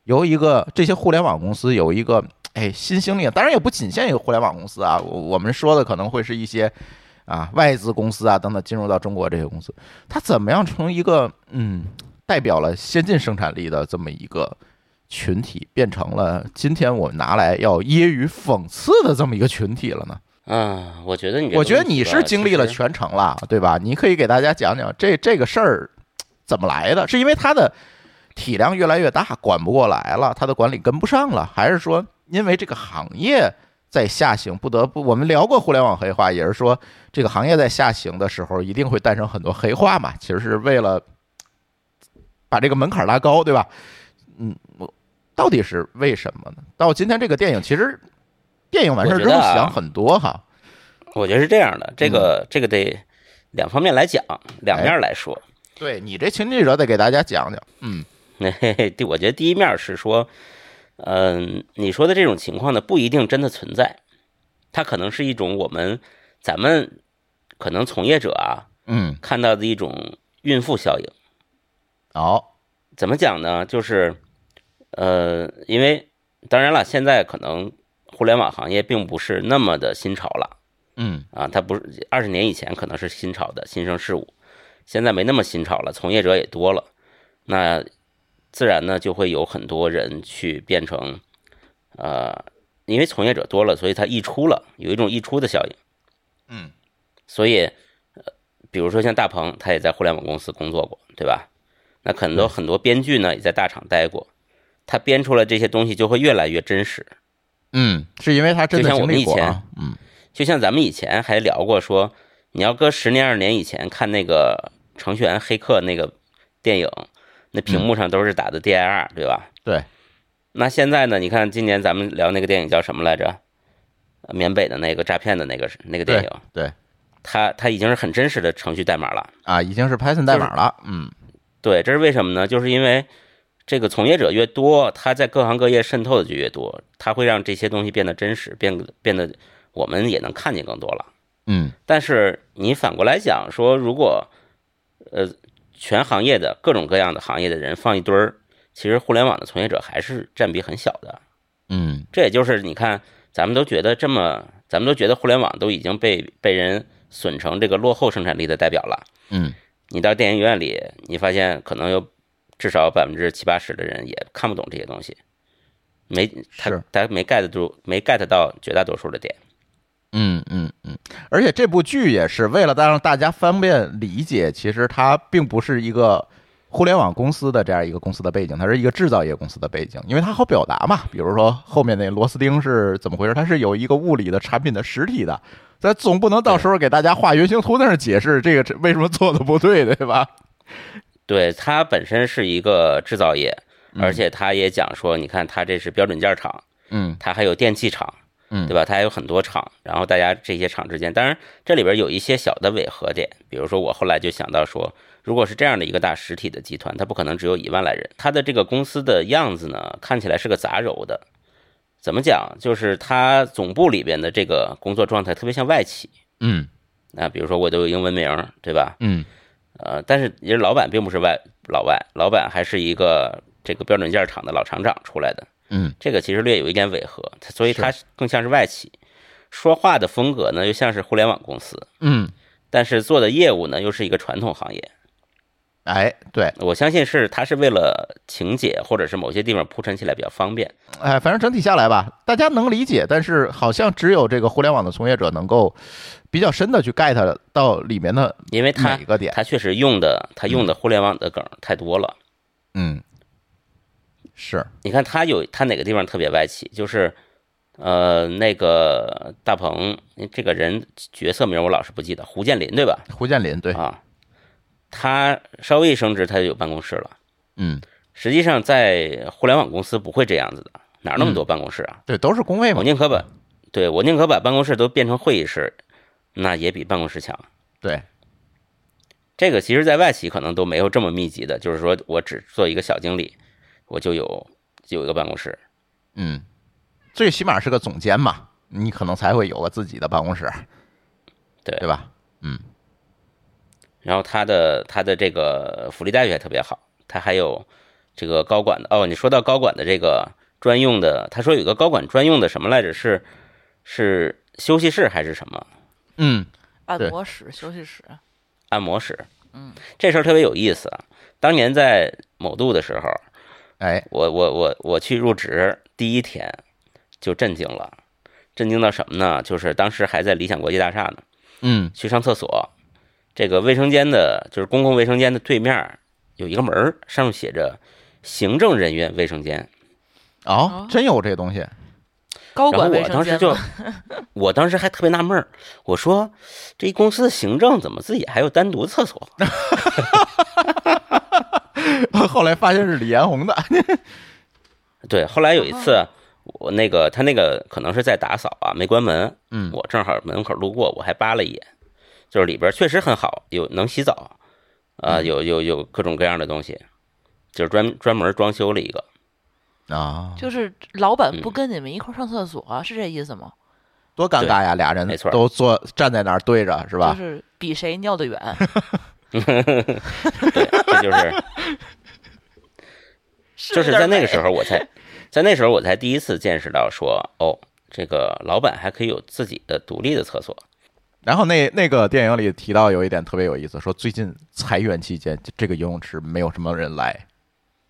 [SPEAKER 3] 由一个这些互联网公司有一个哎新兴力，当然也不仅限于互联网公司啊，我我们说的可能会是一些啊外资公司啊等等进入到中国这些公司，它怎么样从一个嗯代表了先进生产力的这么一个。群体变成了今天我们拿来要揶揄讽刺的这么一个群体了呢？
[SPEAKER 5] 啊，我觉得你这个
[SPEAKER 3] 我觉得
[SPEAKER 5] 问题
[SPEAKER 3] 你
[SPEAKER 5] 吧
[SPEAKER 3] 是经历了
[SPEAKER 5] 其实
[SPEAKER 3] 全程了，对吧？你可以给大家讲讲这这个事儿怎么来的，是因为它的体量越来越大，管不过来了，它的管理跟不上了，还是说因为这个行业在下行，不得不我们聊过互联网黑化，也是说这个行业在下行的时候，一定会诞生很多黑化嘛，其实是为了把这个门槛拉高，对吧？嗯，我到底是为什么呢？到今天这个电影，其实电影完事儿之后
[SPEAKER 5] 我觉得啊
[SPEAKER 3] 想很多哈，
[SPEAKER 5] 我觉得是这样的，这
[SPEAKER 3] 嗯
[SPEAKER 5] 个这个得两方面来讲，两
[SPEAKER 3] 哎
[SPEAKER 5] 面来说。
[SPEAKER 3] 对你这亲历者得给大家讲讲，嗯
[SPEAKER 5] 嘿嘿，第我觉得第一面是说，嗯、你说的这种情况呢，不一定真的存在，它可能是一种我们咱们可能从业者啊
[SPEAKER 3] 嗯，
[SPEAKER 5] 看到的一种孕妇效应。
[SPEAKER 3] 好，
[SPEAKER 5] 怎么讲呢？就是，呃，因为当然了，现在可能互联网行业并不是那么的新潮了
[SPEAKER 3] 嗯
[SPEAKER 5] 啊，它不是二十年以前可能是新潮的新生事物，现在没那么新潮了，从业者也多了，那自然呢就会有很多人去变成，呃，因为从业者多了，所以它溢出了，有一种溢出的效应，
[SPEAKER 3] 嗯
[SPEAKER 5] 所以，呃，比如说像大鹏，他也在互联网公司工作过，对吧？那很多很多编剧呢也在大厂待过，他编出来这些东西就会越来越真实。
[SPEAKER 3] 嗯，是因为他真的
[SPEAKER 5] 就像我
[SPEAKER 3] 经
[SPEAKER 5] 们
[SPEAKER 3] 历过
[SPEAKER 5] 以
[SPEAKER 3] 啊
[SPEAKER 5] 前，
[SPEAKER 3] 嗯
[SPEAKER 5] 就像咱们以前还聊过说，你要搁十年二十年以前看那个程序员黑客那个电影，那屏幕上都是打的 DIR，、对吧？
[SPEAKER 3] 对，
[SPEAKER 5] 那现在呢？你看今年咱们聊那个电影叫什么来着？呃缅北的那个诈骗的那个是那个电
[SPEAKER 3] 对
[SPEAKER 5] 影，
[SPEAKER 3] 对
[SPEAKER 5] 它它已经是很真实的程序代码了。
[SPEAKER 3] 啊，已经是 Python 代码了，嗯
[SPEAKER 5] 对，这是为什么呢？就是因为这个从业者越多，他在各行各业渗透的就越多，他会让这些东西变得真实，变得变得我们也能看见更多了。
[SPEAKER 3] 嗯
[SPEAKER 5] 但是你反过来讲说，如果呃全行业的各种各样的行业的人放一堆儿，其实互联网的从业者还是占比很小的。
[SPEAKER 3] 嗯
[SPEAKER 5] 这也就是你看咱们都觉得这么，咱们都觉得互联网都已经被被人损成这个落后生产力的代表了。
[SPEAKER 3] 嗯，
[SPEAKER 5] 你到电影院里，你发现可能有至少百分之七八十的人也看不懂这些东西，没他
[SPEAKER 3] 是
[SPEAKER 5] 他没 get 住，没 get 到绝大多数的点。
[SPEAKER 3] 嗯嗯嗯，而且这部剧也是为了让大家方便理解，其实它并不是一个互联网公司的这样一个公司的背景，它是一个制造业公司的背景，因为它好表达嘛。比如说后面那螺丝钉是怎么回事，它是有一个物理的产品的实体的，咱总不能到时候给大家画原型图在那儿解释这个为什么做的不对，对吧？
[SPEAKER 5] 对，它本身是一个制造业，
[SPEAKER 3] 嗯
[SPEAKER 5] 而且它也讲说，你看它这是标准件厂，
[SPEAKER 3] 嗯
[SPEAKER 5] 它还有电器厂，
[SPEAKER 3] 嗯
[SPEAKER 5] 对吧？它还有很多厂，然后大家这些厂之间，当然这里边有一些小的违和点，比如说我后来就想到说，如果是这样的一个大实体的集团，它不可能只有一万来人，它的这个公司的样子呢，看起来是个杂糅的。怎么讲？就是它总部里边的这个工作状态特别像外企。
[SPEAKER 3] 嗯
[SPEAKER 5] 那比如说我都有英文名儿，对吧？
[SPEAKER 3] 嗯
[SPEAKER 5] 呃，但是人老板并不是外老外，老板还是一个这个标准件厂的老厂长出来的，
[SPEAKER 3] 嗯
[SPEAKER 5] 这个其实略有一点违和，他所以他更像是外企，说话的风格呢又像是互联网公司，
[SPEAKER 3] 嗯，
[SPEAKER 5] 但是做的业务呢又是一个传统行业。
[SPEAKER 3] 哎，对，
[SPEAKER 5] 我相信是他是为了情节或者是某些地方铺陈起来比较方便。
[SPEAKER 3] 哎，反正整体下来吧，大家能理解，但是好像只有这个互联网的从业者能够比较深的去 get 到里面的
[SPEAKER 5] 因为
[SPEAKER 3] 哪
[SPEAKER 5] 他
[SPEAKER 3] 个点
[SPEAKER 5] 他确实用的他用的互联网的梗儿太多了。
[SPEAKER 3] 嗯，是，
[SPEAKER 5] 你看他有他哪个地方特别外企，就是呃那个大鹏这个人角色名我老是不记得，胡建林对吧？
[SPEAKER 3] 胡建林对，
[SPEAKER 5] 啊，他稍微一升职他就有办公室了。
[SPEAKER 3] 嗯，
[SPEAKER 5] 实际上在互联网公司不会这样子的，哪儿那么多办公室啊？
[SPEAKER 3] 对，都是工位嘛
[SPEAKER 5] 我，宁可把对我宁可把办公室都变成会议室，那也比办公室强。
[SPEAKER 3] 对，
[SPEAKER 5] 这个其实，在外企可能都没有这么密集的，就是说我只做一个小经理，我就有就有一个办公室。
[SPEAKER 3] 嗯，最起码是个总监嘛，你可能才会有个自己的办公室，
[SPEAKER 5] 对
[SPEAKER 3] 对吧？
[SPEAKER 5] 然后他的他的这个福利待遇还特别好，他还有这个高管的哦，你说到高管的这个专用的，他说有一个高管专用的什么来着？是是休息室还是什么
[SPEAKER 3] 嗯
[SPEAKER 4] 按
[SPEAKER 3] 对
[SPEAKER 4] 摩室、休息室，
[SPEAKER 5] 按摩室？嗯，这事儿特别有意思啊。当年在某度的时候，
[SPEAKER 3] 哎，
[SPEAKER 5] 我我我我去入职第一天就震惊了，震惊到什么呢？就是当时还在理想国际大厦呢，
[SPEAKER 3] 嗯
[SPEAKER 5] 去上厕所，这个卫生间的，就是公共卫生间的对面儿有一个门儿，上面写着“行政人员卫生间
[SPEAKER 3] 哦，真有这东西， *laughs*
[SPEAKER 4] 高”。
[SPEAKER 5] 然后
[SPEAKER 4] 管卫
[SPEAKER 5] 我
[SPEAKER 4] 生
[SPEAKER 5] 当时
[SPEAKER 4] 间
[SPEAKER 5] 就
[SPEAKER 4] 吗，
[SPEAKER 5] *laughs* 我当时还特别纳闷儿，我说这一公司的行政怎么自己还有单独厕所？啊
[SPEAKER 3] 后来发现是李彦宏的，
[SPEAKER 5] 对，后来有一
[SPEAKER 4] 嗯
[SPEAKER 5] 次，我那个他那个可能是在打扫啊，没关门，
[SPEAKER 3] 嗯
[SPEAKER 5] 我正好门口路过，我还扒了一眼，就是里边确实很好，有能洗澡，啊、
[SPEAKER 4] 嗯
[SPEAKER 5] 有有有各种各样的东西，就是专专门装修了一个。
[SPEAKER 3] 啊，
[SPEAKER 4] 就是老板不
[SPEAKER 5] 嗯
[SPEAKER 4] 跟你们一块儿上厕所，啊是这意思吗？
[SPEAKER 3] 多尴尬呀，俩人
[SPEAKER 5] 没错
[SPEAKER 3] 都坐站在那儿对着是吧
[SPEAKER 4] 就？是比谁
[SPEAKER 3] *laughs*
[SPEAKER 4] 尿得远。
[SPEAKER 5] 这就是
[SPEAKER 4] 是不
[SPEAKER 5] 就是
[SPEAKER 4] 有点
[SPEAKER 5] 在那个
[SPEAKER 4] 美 *laughs*
[SPEAKER 5] 时候，我才在那时候我才第一次见识到说，哦，这个老板还可以有自己的独立的厕所。
[SPEAKER 3] 然后那那个电影里提到有一点特别有意思，说最近裁员期间，这个游泳池没有什么人来。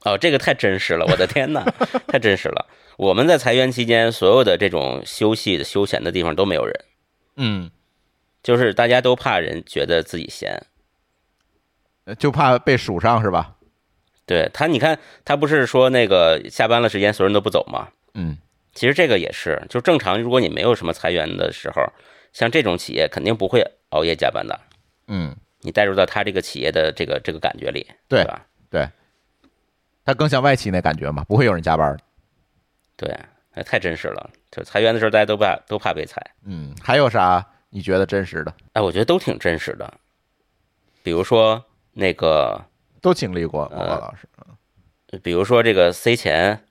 [SPEAKER 5] 哦，这个太真实了，我的天呐，太真实了！我们在裁员期间，所有的这种休息的、休闲的地方都没有人，
[SPEAKER 3] 嗯，
[SPEAKER 5] 就是大家都怕人觉得自己闲。
[SPEAKER 3] 呃就怕被数上是吧？
[SPEAKER 5] 对他，你看他不是说那个下班了时间所有人都不走吗？
[SPEAKER 3] 嗯，
[SPEAKER 5] 其实这个也是，就正常，如果你没有什么裁员的时候，像这种企业肯定不会熬夜加班的。
[SPEAKER 3] 嗯，
[SPEAKER 5] 你带入到他这个企业的这个这个感觉里，
[SPEAKER 3] 对
[SPEAKER 5] 吧？
[SPEAKER 3] 对，它更像外企那感觉嘛，不会有人加班儿。
[SPEAKER 5] 对，哎，太真实了。就裁员的时候，大家都怕都怕被裁。
[SPEAKER 3] 嗯，还有啥你觉得真实的？
[SPEAKER 5] 哎，我觉得都挺真实的。比如说那个，
[SPEAKER 3] 都经历过，
[SPEAKER 5] 呃
[SPEAKER 3] 某个老师。
[SPEAKER 5] 比如说这个塞钱，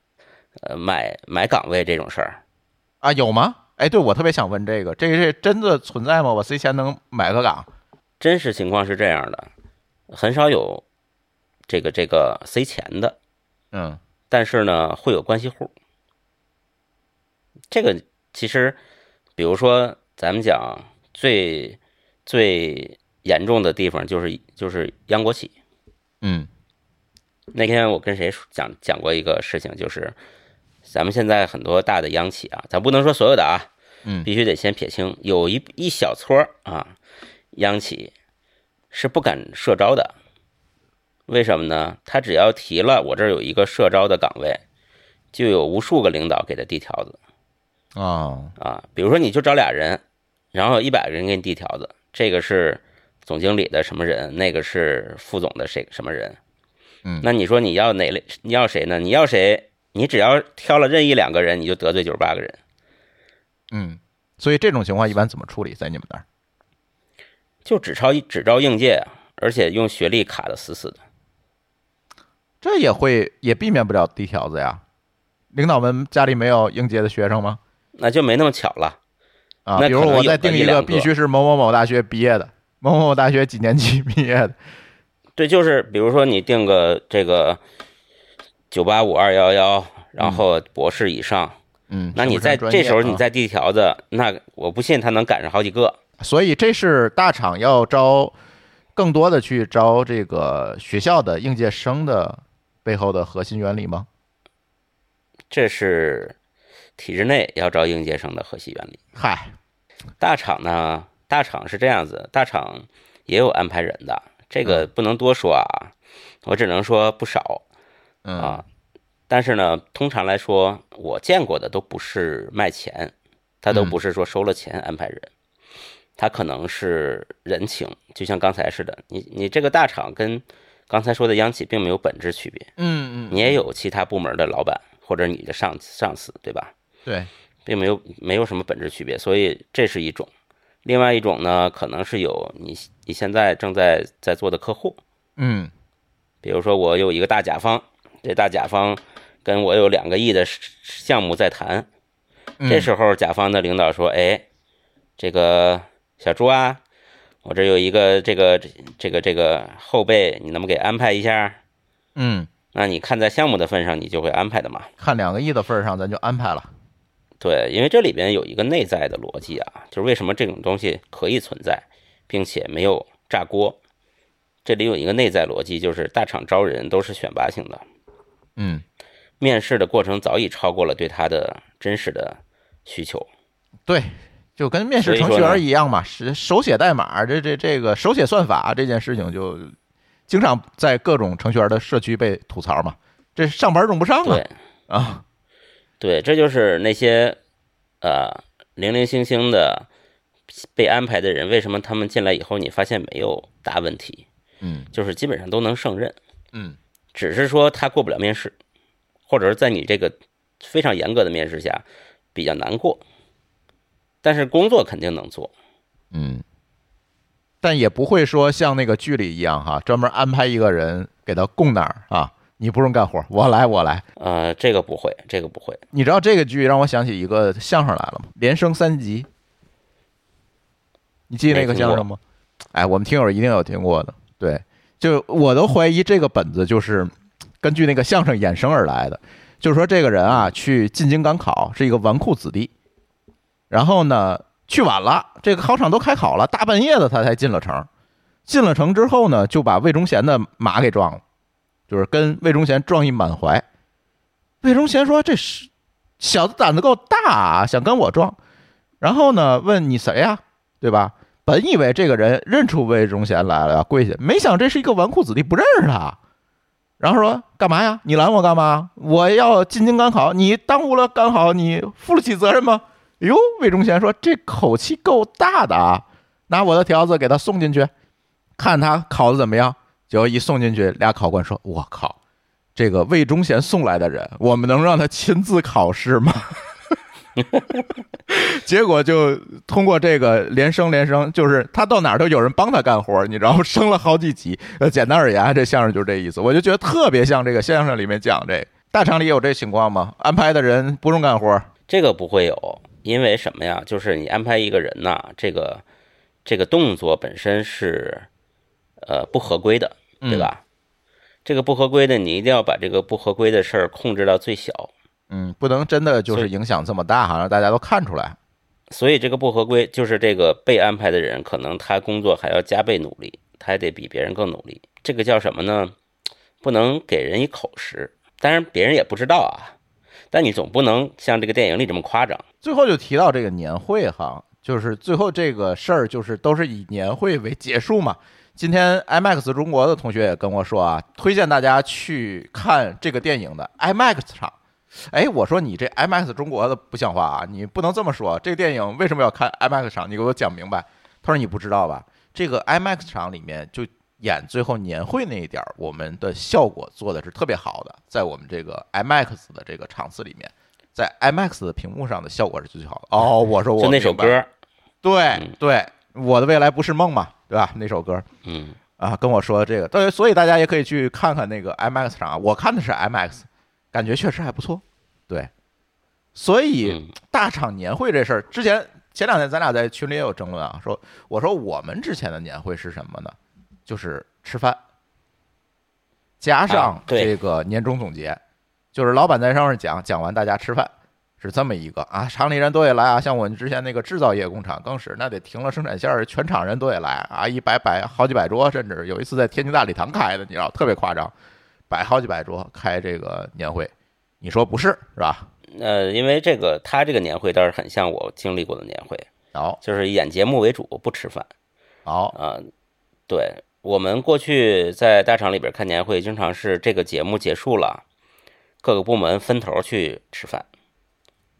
[SPEAKER 5] 呃，买买岗位这种事儿，
[SPEAKER 3] 啊，有吗？哎，对我特别想问这个，这个这真的存在吗？我塞钱能买个岗？
[SPEAKER 5] 真实情况是这样的，很少有这个这个塞钱的，
[SPEAKER 3] 嗯，
[SPEAKER 5] 但是呢，会有关系户。这个其实，比如说咱们讲最最严重的地方就是就是央国企。
[SPEAKER 3] 嗯
[SPEAKER 5] 那天我跟谁说讲讲过一个事情，就是咱们现在很多大的央企啊，咱不能说所有的啊，
[SPEAKER 3] 嗯
[SPEAKER 5] 必须得先撇清，有一一小撮儿啊，央企是不敢社招的。为什么呢？他只要提了我这儿有一个社招的岗位，就有无数个领导给他递条子
[SPEAKER 3] 啊，
[SPEAKER 5] 啊。比如说，你就招俩人，然后一百个人给你递条子，这个是总经理的什么人，那个是副总的谁什么人。
[SPEAKER 3] 嗯
[SPEAKER 5] 那你说你要哪类？你要谁呢？你要谁？你只要挑了任意两个人，你就得罪九十八个人。
[SPEAKER 3] 嗯，所以这种情况一般怎么处理？在你们那儿？
[SPEAKER 5] 就只招只招应届啊，而且用学历卡的死死的。
[SPEAKER 3] 这也会也避免不了递条子呀。领导们家里没有应届的学生吗？
[SPEAKER 5] 那就没那么巧了。
[SPEAKER 3] 啊，
[SPEAKER 5] 那
[SPEAKER 3] 比如
[SPEAKER 5] 可能
[SPEAKER 3] 我
[SPEAKER 5] 有
[SPEAKER 3] 再
[SPEAKER 5] 个
[SPEAKER 3] 定
[SPEAKER 5] 一
[SPEAKER 3] 一
[SPEAKER 5] 两
[SPEAKER 3] 个
[SPEAKER 5] 个
[SPEAKER 3] 必须是某某某大学毕业的，某某某大学几年级毕业的，
[SPEAKER 5] 对，就是比如说你定个这个九八五二幺幺，然后博士以上，
[SPEAKER 3] 嗯，
[SPEAKER 5] 那
[SPEAKER 3] 是
[SPEAKER 5] 你
[SPEAKER 3] 不是
[SPEAKER 5] 在
[SPEAKER 3] 嗯专
[SPEAKER 5] 这
[SPEAKER 3] 业
[SPEAKER 5] 时候你
[SPEAKER 3] 啊
[SPEAKER 5] 再递条子，那我不信他能赶上好几个。
[SPEAKER 3] 所以这是大厂要招更多的去招这个学校的应届生的背后的核心原理吗？
[SPEAKER 5] 这是体制内要招应届生的核心原理。
[SPEAKER 3] 嗨，
[SPEAKER 5] 大厂呢，大厂是这样子，大厂也有安排人的，这个不能多说啊，我只能说不少。
[SPEAKER 3] 嗯，
[SPEAKER 5] 啊。但是呢，通常来说，我见过的都不是卖钱，他都
[SPEAKER 3] 嗯
[SPEAKER 5] 不是说收了钱安排人，他可能是人情，就像刚才似的，你你这个大厂跟刚才说的央企并没有本质区别，
[SPEAKER 3] 嗯
[SPEAKER 5] 你也有其他部门的老板或者你的上上司，对吧？
[SPEAKER 3] 对，
[SPEAKER 5] 并没有没有什么本质区别，所以这是一种。另外一种呢，可能是有你你现在正在在做的客户，
[SPEAKER 3] 嗯
[SPEAKER 5] 比如说我有一个大甲方，这大甲方跟我有两个亿的项目在谈，
[SPEAKER 3] 嗯，
[SPEAKER 5] 这时候甲方的领导说：“哎，这个小朱啊，我这有一个这个这个这个后辈，你能不能给安排一下？
[SPEAKER 3] 嗯，
[SPEAKER 5] 那你看在项目的份上，你就会安排的嘛。
[SPEAKER 3] 看两个亿的份儿上，咱就安排了。
[SPEAKER 5] 对，因为这里边有一个内在的逻辑啊，就是为什么这种东西可以存在，并且没有炸锅。这里有一个内在逻辑，就是大厂招人都是选拔型的，
[SPEAKER 3] 嗯，
[SPEAKER 5] 面试的过程早已超过了对他的真实的需求。
[SPEAKER 3] 对，就跟面试
[SPEAKER 5] 所以
[SPEAKER 3] 程
[SPEAKER 5] 说
[SPEAKER 3] 序
[SPEAKER 5] 呢
[SPEAKER 3] 员一样嘛，手手写代码，这这这个手写算法这件事情就经常在各种程序员的社区被吐槽嘛，这上班用不上啊
[SPEAKER 5] 对
[SPEAKER 3] 啊，
[SPEAKER 5] 对，这就是那些呃零零星星的被安排的人，为什么他们进来以后，你发现没有大问题，
[SPEAKER 3] 嗯
[SPEAKER 5] 就是基本上都能胜任，
[SPEAKER 3] 嗯
[SPEAKER 5] 只是说他过不了面试，或者是在你这个非常严格的面试下比较难过，但是工作肯定能做。
[SPEAKER 3] 嗯，但也不会说像那个剧里一样哈，专门安排一个人给他供那儿啊，你不用干活，我来我来。
[SPEAKER 5] 呃，这个不会，这个不会。
[SPEAKER 3] 你知道这个剧让我想起一个相声来了吗？连升三级，你记得那个相声吗？哎，我们听友一定有听过的。对，就我都怀疑这个本子就是根据那个相声衍生而来的。就是说这个人啊，去进京赶考是一个纨绔子弟，然后呢，去晚了，这个考场都开考了，大半夜的他才进了城。进了城之后呢，就把魏忠贤的马给撞了，就是跟魏忠贤撞一满怀。魏忠贤说：“这是小子胆子够大啊，想跟我撞。”然后呢，问你谁呀、对吧？本以为这个人认出魏忠贤来了，要跪下，没想这是一个纨绔子弟，不认识他。然后说：“干嘛呀？你拦我干嘛？我要进京赶考，你耽误了赶考，你负得起责任吗？”哎呦，魏忠贤说：“这口气够大的啊！拿我的条子给他送进去，看他考的怎么样。”结果一送进去，俩考官说：“我靠，这个魏忠贤送来的人，我们能让他亲自考试吗？”结果就通过这个连升连升，就是他到哪儿都有人帮他干活，你知道吗？升了好几级。呃，简单而言啊，这相声就是这意思。我就觉得特别像这个相声里面讲这个大厂里有这情况吗？安排的人不用干活，
[SPEAKER 5] 这个不会有，因为什么呀？就是你安排一个人呐、这个这个动作本身是呃不合规的，
[SPEAKER 3] 嗯
[SPEAKER 5] 对吧？这个不合规的，你一定要把这个不合规的事儿控制到最小。
[SPEAKER 3] 嗯，不能真的就是影响这么大哈，让大家都看出来。
[SPEAKER 5] 所以这个不合规就是这个被安排的人，可能他工作还要加倍努力，他还得比别人更努力。这个叫什么呢？不能给人一口实，当然别人也不知道啊。但你总不能像这个电影里这么夸张。
[SPEAKER 3] 最后就提到这个年会哈，就是最后这个事儿就是都是以年会为结束嘛。今天 IMAX 中国的同学也跟我说啊，推荐大家去看这个电影的 IMAX 场。哎，我说你这 IMAX 中国的不像话啊，你不能这么说。这个电影为什么要看 IMAX 场？你给我讲明白。他说你不知道吧？这个 IMAX 场里面就演最后年会那一点儿，我们的效果做的是特别好的，在我们这个 IMAX 的这个场次里面，在 IMAX 的屏幕上的效果是最好的。哦，我说我
[SPEAKER 5] 就那首
[SPEAKER 3] 明白了
[SPEAKER 5] 歌，
[SPEAKER 3] 对
[SPEAKER 5] 嗯
[SPEAKER 3] 对，我的未来不是梦嘛，对吧？那首歌
[SPEAKER 5] 嗯，
[SPEAKER 3] 啊，跟我说这个，对，所以大家也可以去看看那个 IMAX 场啊，我看的是 IMAX，感觉确实还不错，对，所以
[SPEAKER 5] 嗯
[SPEAKER 3] 大厂年会这事儿，之前前两天咱俩在群里也有争论啊，说我说我们之前的年会是什么呢？就是吃饭，加上
[SPEAKER 5] 啊对
[SPEAKER 3] 这个年终总结，就是老板在上面讲，讲完大家吃饭，是这么一个啊。厂里人都得来啊，像我们之前那个制造业工厂更是，那得停了生产线儿，全厂人都得来啊，一摆摆好几百桌，甚至有一次在天津大礼堂开的，你知道特别夸张，摆好几百桌开这个年会，你说不是是吧？
[SPEAKER 5] 呃，因为这个他这个年会倒是很像我经历过的年会，
[SPEAKER 3] 好，
[SPEAKER 5] 就是以演节目为主，不吃饭。
[SPEAKER 3] 好，
[SPEAKER 5] 啊、对我们过去在大厂里边看年会，经常是这个节目结束了，各个部门分头去吃饭，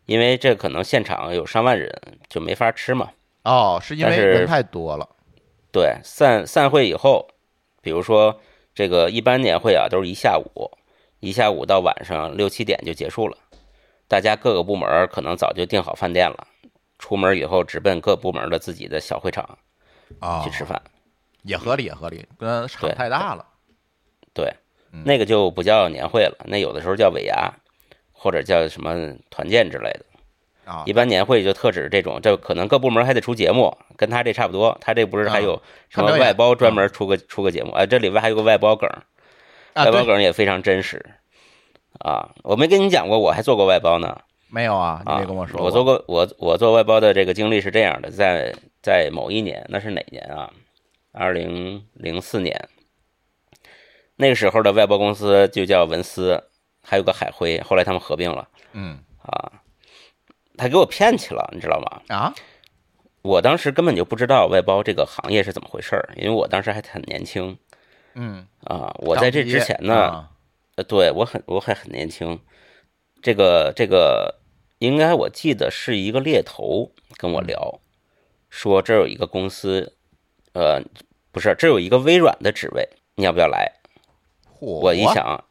[SPEAKER 5] 因为这可能现场有上万人，就没法吃嘛。
[SPEAKER 3] 哦，是因为
[SPEAKER 5] 但是
[SPEAKER 3] 人太多了，
[SPEAKER 5] 对，散散会以后，比如说这个一般年会啊，都是一下午，一下午到晚上六七点就结束了，大家各个部门儿可能早就订好饭店了，出门以后直奔各部门的自己的小会场
[SPEAKER 3] 啊
[SPEAKER 5] 去，吃饭。
[SPEAKER 3] 也合理，也合理，跟场
[SPEAKER 5] 对
[SPEAKER 3] 太大了，
[SPEAKER 5] 对
[SPEAKER 3] 嗯，
[SPEAKER 5] 那个就不叫年会了，那有的时候叫尾牙，或者叫什么团建之类的。
[SPEAKER 3] 啊
[SPEAKER 5] 一，般年会就特指这种，这可能各部门还得出节目，跟他这差不多。他这不是还有什
[SPEAKER 3] 嗯看表
[SPEAKER 5] 么
[SPEAKER 3] 演嗯
[SPEAKER 5] 外包专门出个出个节目？哎，这里边还有个外包梗，
[SPEAKER 3] 啊，
[SPEAKER 5] 外包
[SPEAKER 3] 对，
[SPEAKER 5] 梗也非常真实。啊，我没跟你讲过，我还做过外包呢。
[SPEAKER 3] 没有啊，你
[SPEAKER 5] 啊，
[SPEAKER 3] 没跟我说，
[SPEAKER 5] 我做，过我我做外包的这个经历是这样的，在在某一年，那是哪年啊？二零零四年，那个时候的外包公司就叫文思，还有个海辉，后来他们合并了，啊
[SPEAKER 3] 嗯
[SPEAKER 5] 他给我骗去了，你知道吗？
[SPEAKER 3] 啊，
[SPEAKER 5] 我当时根本就不知道外包这个行业是怎么回事儿，因为我当时还很年轻
[SPEAKER 3] 嗯，
[SPEAKER 5] 啊。我在这之前呢，
[SPEAKER 3] 啊
[SPEAKER 5] 呃，对我很我还很年轻，这个这个应该我记得是一个猎头跟我聊，说这儿有一个公司，呃，不是这儿有一个微软的职位，你要不要来？我一
[SPEAKER 3] 嚯
[SPEAKER 5] 想，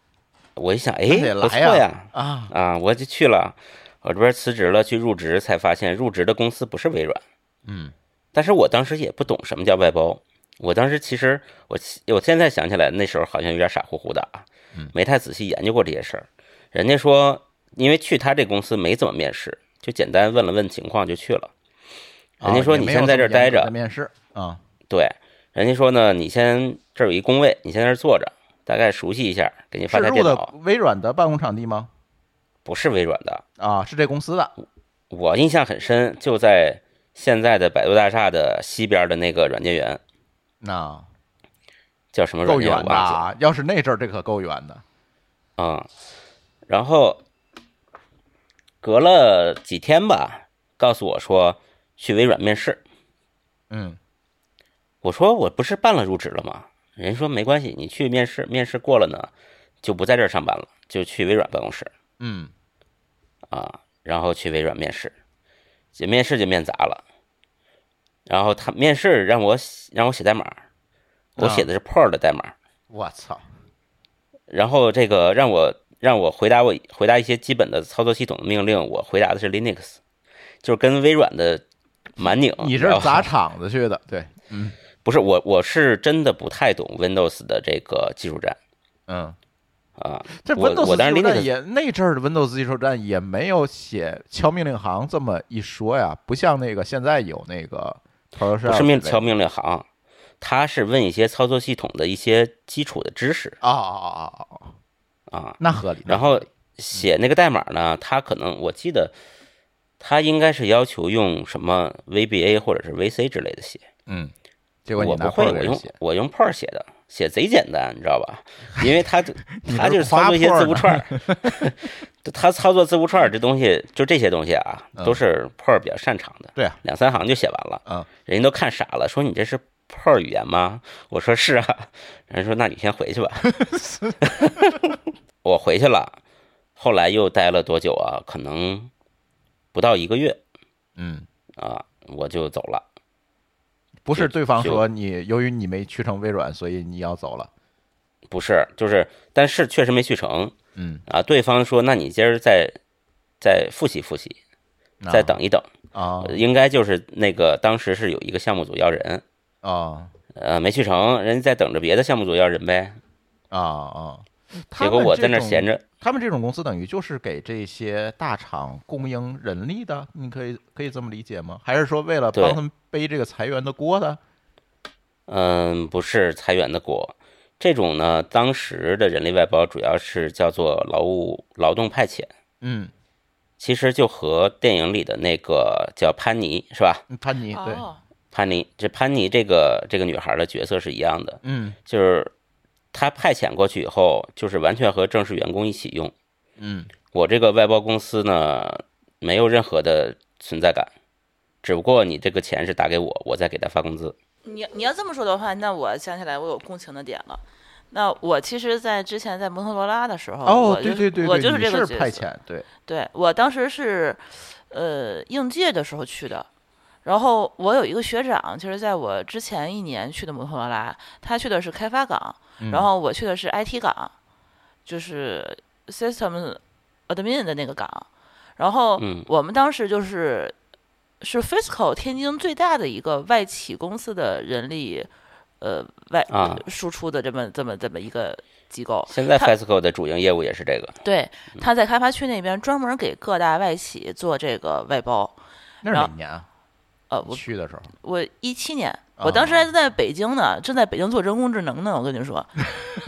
[SPEAKER 5] 我一想，哎，
[SPEAKER 3] 那得
[SPEAKER 5] 不
[SPEAKER 3] 来呀
[SPEAKER 5] 错呀，
[SPEAKER 3] 啊，
[SPEAKER 5] 啊，我就去了，我这边辞职了，去入职才发现入职的公司不是微软，
[SPEAKER 3] 嗯，
[SPEAKER 5] 但是我当时也不懂什么叫外包，我当时其实我我现在想起来那时候好像有点傻乎乎的啊，
[SPEAKER 3] 嗯
[SPEAKER 5] 没太仔细研究过这些事儿。人家说，因为去他这公司没怎么面试，就简单问了问情况就去了。人家
[SPEAKER 3] 啊
[SPEAKER 5] 说
[SPEAKER 3] 也
[SPEAKER 5] 你
[SPEAKER 3] 没
[SPEAKER 5] 先
[SPEAKER 3] 有
[SPEAKER 5] 在这
[SPEAKER 3] 么
[SPEAKER 5] 儿待
[SPEAKER 3] 严格
[SPEAKER 5] 着
[SPEAKER 3] 的，面试啊，
[SPEAKER 5] 对，人家说呢，你先这儿有一工位，你先在这儿坐着，大概熟悉一下，给你
[SPEAKER 3] 是
[SPEAKER 5] 发台
[SPEAKER 3] 入
[SPEAKER 5] 电
[SPEAKER 3] 的
[SPEAKER 5] 脑。
[SPEAKER 3] 微软的办公场地吗？
[SPEAKER 5] 不是微软的，
[SPEAKER 3] 啊，是这公司的
[SPEAKER 5] 我印象很深，就在现在的百度大厦的西边的那个软件园，
[SPEAKER 3] 那
[SPEAKER 5] 叫什么软
[SPEAKER 3] 够
[SPEAKER 5] 件？我
[SPEAKER 3] 远
[SPEAKER 5] 忘
[SPEAKER 3] 的
[SPEAKER 5] 记了。
[SPEAKER 3] 啊！要是那阵儿，这可够远的。
[SPEAKER 5] 啊、然后隔了几天吧，告诉我说去微软面试。
[SPEAKER 3] 嗯，
[SPEAKER 5] 我说我不是办了入职了吗？人家说没关系，你去面试，面试过了呢，就不在这儿上班了，就去微软办公室
[SPEAKER 3] 嗯，
[SPEAKER 5] 啊，然后去微软面试，这面试就面砸了。然后他面试让我写让我写代码，我
[SPEAKER 3] 啊
[SPEAKER 5] 写的是 Perl 的代码，
[SPEAKER 3] 我操，
[SPEAKER 5] 然后这个让我让我回答我回答一些基本的操作系统的命令，我回答的是 Linux，就是跟微软的蛮拧。
[SPEAKER 3] 你
[SPEAKER 5] 知
[SPEAKER 3] 这
[SPEAKER 5] 道
[SPEAKER 3] 是
[SPEAKER 5] 吧
[SPEAKER 3] 砸场子去的？对，
[SPEAKER 5] *laughs* 不是我，我是真的不太懂 Windows 的这个技术栈
[SPEAKER 3] 嗯，
[SPEAKER 5] 啊。
[SPEAKER 3] 这
[SPEAKER 5] 我
[SPEAKER 3] Windows
[SPEAKER 5] 我当时
[SPEAKER 3] 技术
[SPEAKER 5] Linux
[SPEAKER 3] 站也那阵儿的 Windows 技术站也没有写敲命令行这么一说呀，不像那个现在有那个 PowerShell
[SPEAKER 5] 不是命
[SPEAKER 3] 之类的
[SPEAKER 5] 敲命令行，它是问一些操作系统的一些基础的知识
[SPEAKER 3] 哦哦哦哦哦，
[SPEAKER 5] 啊。
[SPEAKER 3] 那合理。那
[SPEAKER 5] 然
[SPEAKER 3] 合
[SPEAKER 5] 后
[SPEAKER 3] 理
[SPEAKER 5] 写那个代码呢，它可能我记得，它应该是要求用什么 VBA 或者是 VC 之类的写。
[SPEAKER 3] 嗯，结果你
[SPEAKER 5] 我
[SPEAKER 3] 拿
[SPEAKER 5] 不
[SPEAKER 3] p
[SPEAKER 5] 会，
[SPEAKER 3] e
[SPEAKER 5] 我
[SPEAKER 3] 给人
[SPEAKER 5] 用
[SPEAKER 3] 写，
[SPEAKER 5] 我用 Perl 写的，写贼简单，你知道吧？因
[SPEAKER 3] *laughs*
[SPEAKER 5] 为它
[SPEAKER 3] 你
[SPEAKER 5] 它
[SPEAKER 3] 这
[SPEAKER 5] 就是
[SPEAKER 3] 是夸
[SPEAKER 5] 操作一些
[SPEAKER 3] Perl
[SPEAKER 5] 字符
[SPEAKER 3] 呢
[SPEAKER 5] 串儿， *laughs* 它操作字符串儿这东西，就这些东西啊，都是 Perl 比较擅长的，
[SPEAKER 3] 嗯对啊，
[SPEAKER 5] 两三行就写完了。
[SPEAKER 3] 嗯，
[SPEAKER 5] 人家都看傻了，说你这是 Perl 语言吗？我说是啊，人家说那你
[SPEAKER 3] *laughs*
[SPEAKER 5] 先回去吧。我回去了，后来又待了多久啊？可能不到一个月
[SPEAKER 3] 嗯，
[SPEAKER 5] 啊，我就走了。
[SPEAKER 3] 不是
[SPEAKER 5] 就
[SPEAKER 3] 对方
[SPEAKER 5] 就
[SPEAKER 3] 说你由于你没去成微软，所以你要走了，
[SPEAKER 5] 不是，就是，但是确实没去成。
[SPEAKER 3] 嗯，
[SPEAKER 5] 啊，对方说，那你今儿再再复习复习，
[SPEAKER 3] 那
[SPEAKER 5] 再等一等，
[SPEAKER 3] 啊
[SPEAKER 5] 呃应该就是那个当时是有一个项目组要人，
[SPEAKER 3] 啊
[SPEAKER 5] 呃，没去成，人家在等着别的项目组要人呗。
[SPEAKER 3] 啊啊！
[SPEAKER 5] 结果我在那儿闲
[SPEAKER 3] 着。
[SPEAKER 5] 着，
[SPEAKER 3] 他们这种公司等于就是给这些大厂供应人力的，你可以可以这么理解吗？还是说为了
[SPEAKER 5] 对
[SPEAKER 3] 帮他们背这个裁员的锅的？
[SPEAKER 5] 嗯，不是裁员的锅。这种呢，当时的人力外包主要是叫做劳务劳动派遣，
[SPEAKER 3] 嗯，
[SPEAKER 5] 其实就和电影里的那个叫潘妮是吧？
[SPEAKER 3] 潘妮对，
[SPEAKER 4] 哦，
[SPEAKER 5] 潘妮，这潘妮这个这个女孩的角色是一样的，
[SPEAKER 3] 嗯
[SPEAKER 5] 就是他派遣过去以后，就是完全和正式员工一起用。
[SPEAKER 3] 嗯
[SPEAKER 5] 我这个外包公司呢，没有任何的存在感，只不过你这个钱是打给我，我再给他发工资。
[SPEAKER 4] 你你要这么说的话，那我想起来我有共情的点了。那我其实，在之前在摩托罗拉的时候，
[SPEAKER 3] 哦
[SPEAKER 4] 我，就
[SPEAKER 3] 对
[SPEAKER 4] 是
[SPEAKER 3] 对对，
[SPEAKER 4] 我
[SPEAKER 3] 对
[SPEAKER 4] 就是
[SPEAKER 3] 你
[SPEAKER 4] 这个
[SPEAKER 3] 是
[SPEAKER 4] 角
[SPEAKER 3] 派
[SPEAKER 4] 色
[SPEAKER 3] 遣，对，
[SPEAKER 4] 对我当时是，呃，应届的时候去的。然后我有一个学长，其实在我之前一年去的摩托罗拉，他去的是开发岗，
[SPEAKER 3] 嗯
[SPEAKER 5] 嗯
[SPEAKER 4] 然后我去的是 IT 岗，就是 system admin 的那个岗。然后
[SPEAKER 5] 嗯
[SPEAKER 4] 我们当时就是是 Fisco 天津最大的一个外企公司的人力，呃，外、
[SPEAKER 5] 啊嗯
[SPEAKER 4] 输出的这么这么这么一个机构。
[SPEAKER 5] 现在
[SPEAKER 4] 他
[SPEAKER 5] FESCO 的主营业务也是这个，
[SPEAKER 4] 对，他在开发区那边专门给各大外企做这个外包。
[SPEAKER 3] 那
[SPEAKER 4] 然
[SPEAKER 3] 是
[SPEAKER 4] 后
[SPEAKER 3] 哪年啊？
[SPEAKER 4] 呃，
[SPEAKER 3] 你
[SPEAKER 4] 我
[SPEAKER 3] 去的时候， *laughs*
[SPEAKER 4] 我一七年，
[SPEAKER 3] 啊
[SPEAKER 4] 我当
[SPEAKER 5] 哦
[SPEAKER 4] 时还在北京呢，正在北京做人工智能呢。我跟你说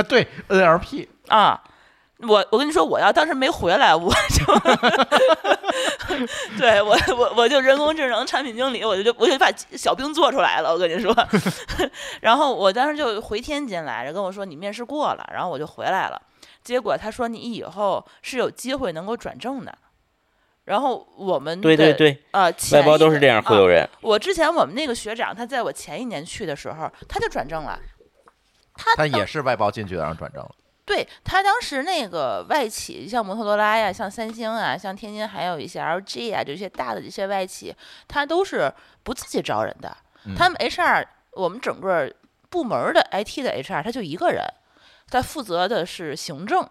[SPEAKER 3] 对 NLP
[SPEAKER 4] 啊，我我跟你说，我要当时没回来，我就 *laughs* 对我我我就人工智能产品经理，我就我就把小兵做出来了。我跟你说， *laughs* 然后我当时就回天津来，人跟我说你面试过了，然后我就回来了。结果他说你以后是有机会能够转正的。然后我们
[SPEAKER 5] 对
[SPEAKER 4] 的
[SPEAKER 5] 对对，
[SPEAKER 4] 啊，前
[SPEAKER 5] 外包都
[SPEAKER 4] 一
[SPEAKER 5] 是这样忽悠
[SPEAKER 4] 啊。
[SPEAKER 5] 人。
[SPEAKER 4] 我之前我们那个学长，他在我前一年去的时候，他就转正了。
[SPEAKER 3] 他也是外包进去的，然后转正了。
[SPEAKER 4] 对他当时那个外企，像摩托罗拉呀，像三星啊，像天津还有一些 LG 啊，这些大的这些外企，他都是不自己招人的。他们 HR，我们整个部门的 IT 的 HR，他就一个人，他负责的是行政，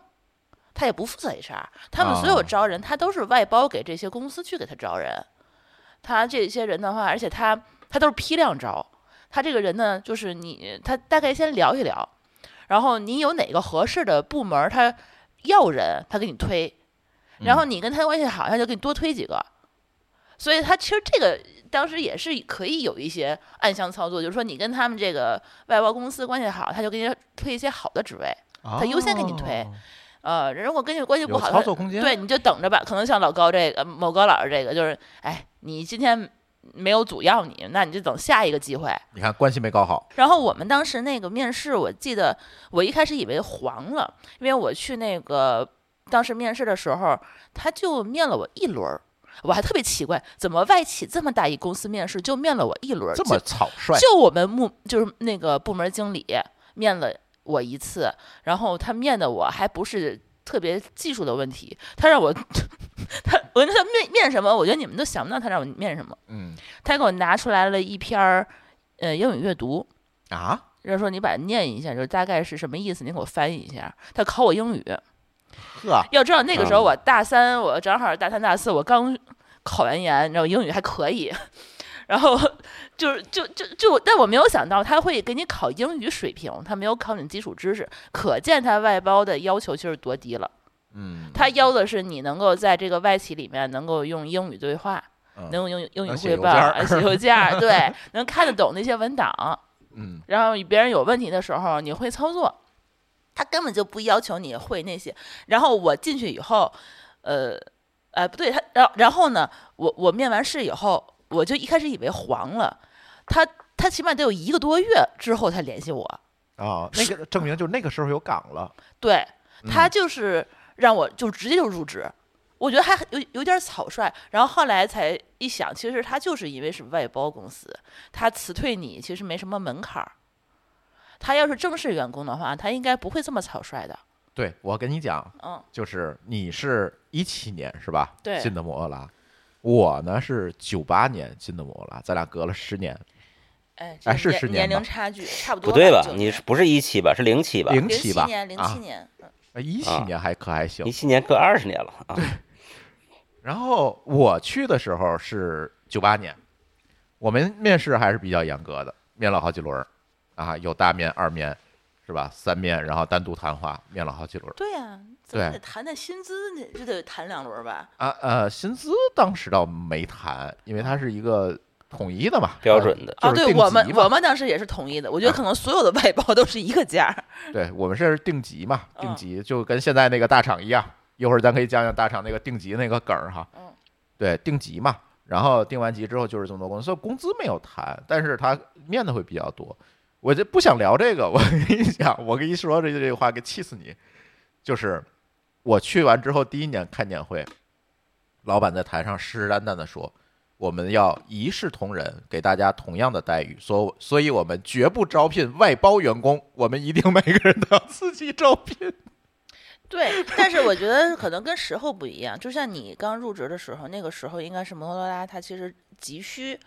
[SPEAKER 4] 他也不负责 HR。他们所有
[SPEAKER 3] 哦
[SPEAKER 4] 招人，他都是外包给这些公司去给他招人。他这些人的话，而且他他都是批量招。他这个人呢，就是你他大概先聊一聊，然后你有哪个合适的部门儿他要人，他给你推，
[SPEAKER 3] 嗯
[SPEAKER 4] 然后你跟他关系好，他就给你多推几个。所以他其实这个当时也是可以有一些暗箱操作，就是说你跟他们这个外包公司关系好，他就给你推一些好的职位。
[SPEAKER 3] 他
[SPEAKER 4] 优先给你推呃，如果跟你关系不
[SPEAKER 3] 哦有
[SPEAKER 4] 好，
[SPEAKER 3] 操
[SPEAKER 4] 他
[SPEAKER 3] 作空间。
[SPEAKER 4] 对，你就等着吧。可能像老高这个某高老师这个，就是哎，你今天没有组要你，那你就等下一个机会。
[SPEAKER 3] 你看关系没搞好，
[SPEAKER 4] 然后我们当时那个面试，我记得我一开始以为黄了，因为我去那个当时面试的时候，他就面了我一轮儿，我还特别奇怪，怎么外企这么大一公司面试就面了我一轮儿，
[SPEAKER 3] 这么
[SPEAKER 4] 就
[SPEAKER 3] 草率，
[SPEAKER 4] 就我们部就是那个部门经理面了我一次，然后他面的我还不是特别技术的问题，他让我 *laughs* 他我跟他说面面什么，我觉得你们都想不到他让我面什么，
[SPEAKER 3] 嗯
[SPEAKER 4] 他给我拿出来了一篇儿呃英语阅读。
[SPEAKER 3] 啊，
[SPEAKER 4] 人家说你把它念一下，就是大概是什么意思，你给我翻译一下。他考我英语，
[SPEAKER 3] 呵，
[SPEAKER 4] 要知道那个时候
[SPEAKER 5] 啊
[SPEAKER 4] 我大三，我正好大三大四，我刚考完研，然后英语还可以。然后就是就就就，但我没有想到他会给你考英语水平，他没有考你基础知识，可见他外包的要求其实多低了。
[SPEAKER 3] 嗯，
[SPEAKER 4] 他要的是你能够在这个外企里面能够用英语对话，
[SPEAKER 3] 嗯
[SPEAKER 4] 能用英英语
[SPEAKER 3] 能写
[SPEAKER 4] 汇
[SPEAKER 3] 邮
[SPEAKER 4] 报、
[SPEAKER 3] 件儿
[SPEAKER 4] 啊写邮件
[SPEAKER 3] *laughs*
[SPEAKER 4] 儿，对，能看得懂那些文档。
[SPEAKER 3] 嗯
[SPEAKER 4] 然后别人有问题的时候，你会操作。他根本就不要求你会那些。然后我进去以后，呃，哎不对，他然后然后呢，我我面完试以后，我就一开始以为黄了，他他起码得有一个多月之后才联系我，
[SPEAKER 3] 啊，那个证明就那个时候有岗了，
[SPEAKER 4] 对他
[SPEAKER 3] 嗯
[SPEAKER 4] 就是让我就直接就入职。我觉得还有有点草率，然后后来才一想，其实他就是因为是外包公司，他辞退你其实没什么门槛儿。他要是正式员工的话，他应该不会这么草率的。
[SPEAKER 3] 对我跟你讲，
[SPEAKER 4] 嗯，
[SPEAKER 3] 就是你是一七年是吧？
[SPEAKER 4] 对
[SPEAKER 3] 进的摩托罗拉。我呢是九八年进的摩托罗拉，咱俩隔了十年，
[SPEAKER 4] 哎，
[SPEAKER 3] 哎
[SPEAKER 4] 这
[SPEAKER 3] 是10年
[SPEAKER 4] 年年龄
[SPEAKER 3] 吧
[SPEAKER 4] 差距差不多
[SPEAKER 5] 不对吧
[SPEAKER 4] 吧？？
[SPEAKER 5] 你是不是一七吧？是零七吧？
[SPEAKER 3] 零
[SPEAKER 4] 零
[SPEAKER 3] 七
[SPEAKER 4] 七
[SPEAKER 3] 吧？
[SPEAKER 4] 年，零七年，嗯
[SPEAKER 3] 啊，一七
[SPEAKER 5] 啊
[SPEAKER 3] 年还可还行
[SPEAKER 5] 一。七年隔二十年了啊！
[SPEAKER 3] 然后我去的时候是九八年，我们面试还是比较严格的，面了好几轮儿，啊，有大面、二面，是吧？三面，然后单独谈话，面了好几轮儿。
[SPEAKER 4] 对呀、怎么
[SPEAKER 3] 对
[SPEAKER 4] 得谈谈薪资，你就得谈两轮儿吧？
[SPEAKER 3] 啊呃，薪资当时倒没谈，因为它是一个统一的嘛，
[SPEAKER 5] 标
[SPEAKER 3] 呃
[SPEAKER 5] 准的
[SPEAKER 3] 就是
[SPEAKER 4] 啊，对
[SPEAKER 3] 定
[SPEAKER 4] 我们
[SPEAKER 3] 级嘛
[SPEAKER 4] 我们当时也是统一的，我觉得
[SPEAKER 3] 啊
[SPEAKER 4] 可能所有的外包都是一个价儿。
[SPEAKER 3] 对我们是定级嘛，
[SPEAKER 4] 嗯
[SPEAKER 3] 定级就跟现在那个大厂一样，一会儿咱可以讲讲大厂那个定级那个梗儿哈。
[SPEAKER 4] 嗯，
[SPEAKER 3] 对，定级嘛，然后定完级之后就是这么多工作，所以工资没有谈，但是他面的会比较多。我就不想聊这个，我跟你讲，我跟你说这这话给气死你。就是我去完之后第一年开年会，老板在台上实实淡淡的说。我们要一视同仁，给大家同样的待遇，所所以我们绝不招聘外包员工，我们一定每个人都要自己招聘。
[SPEAKER 4] 对，但是我觉得可能跟时候不一样，就像你刚入职的时候，那个时候应该是摩托罗拉，它其实急需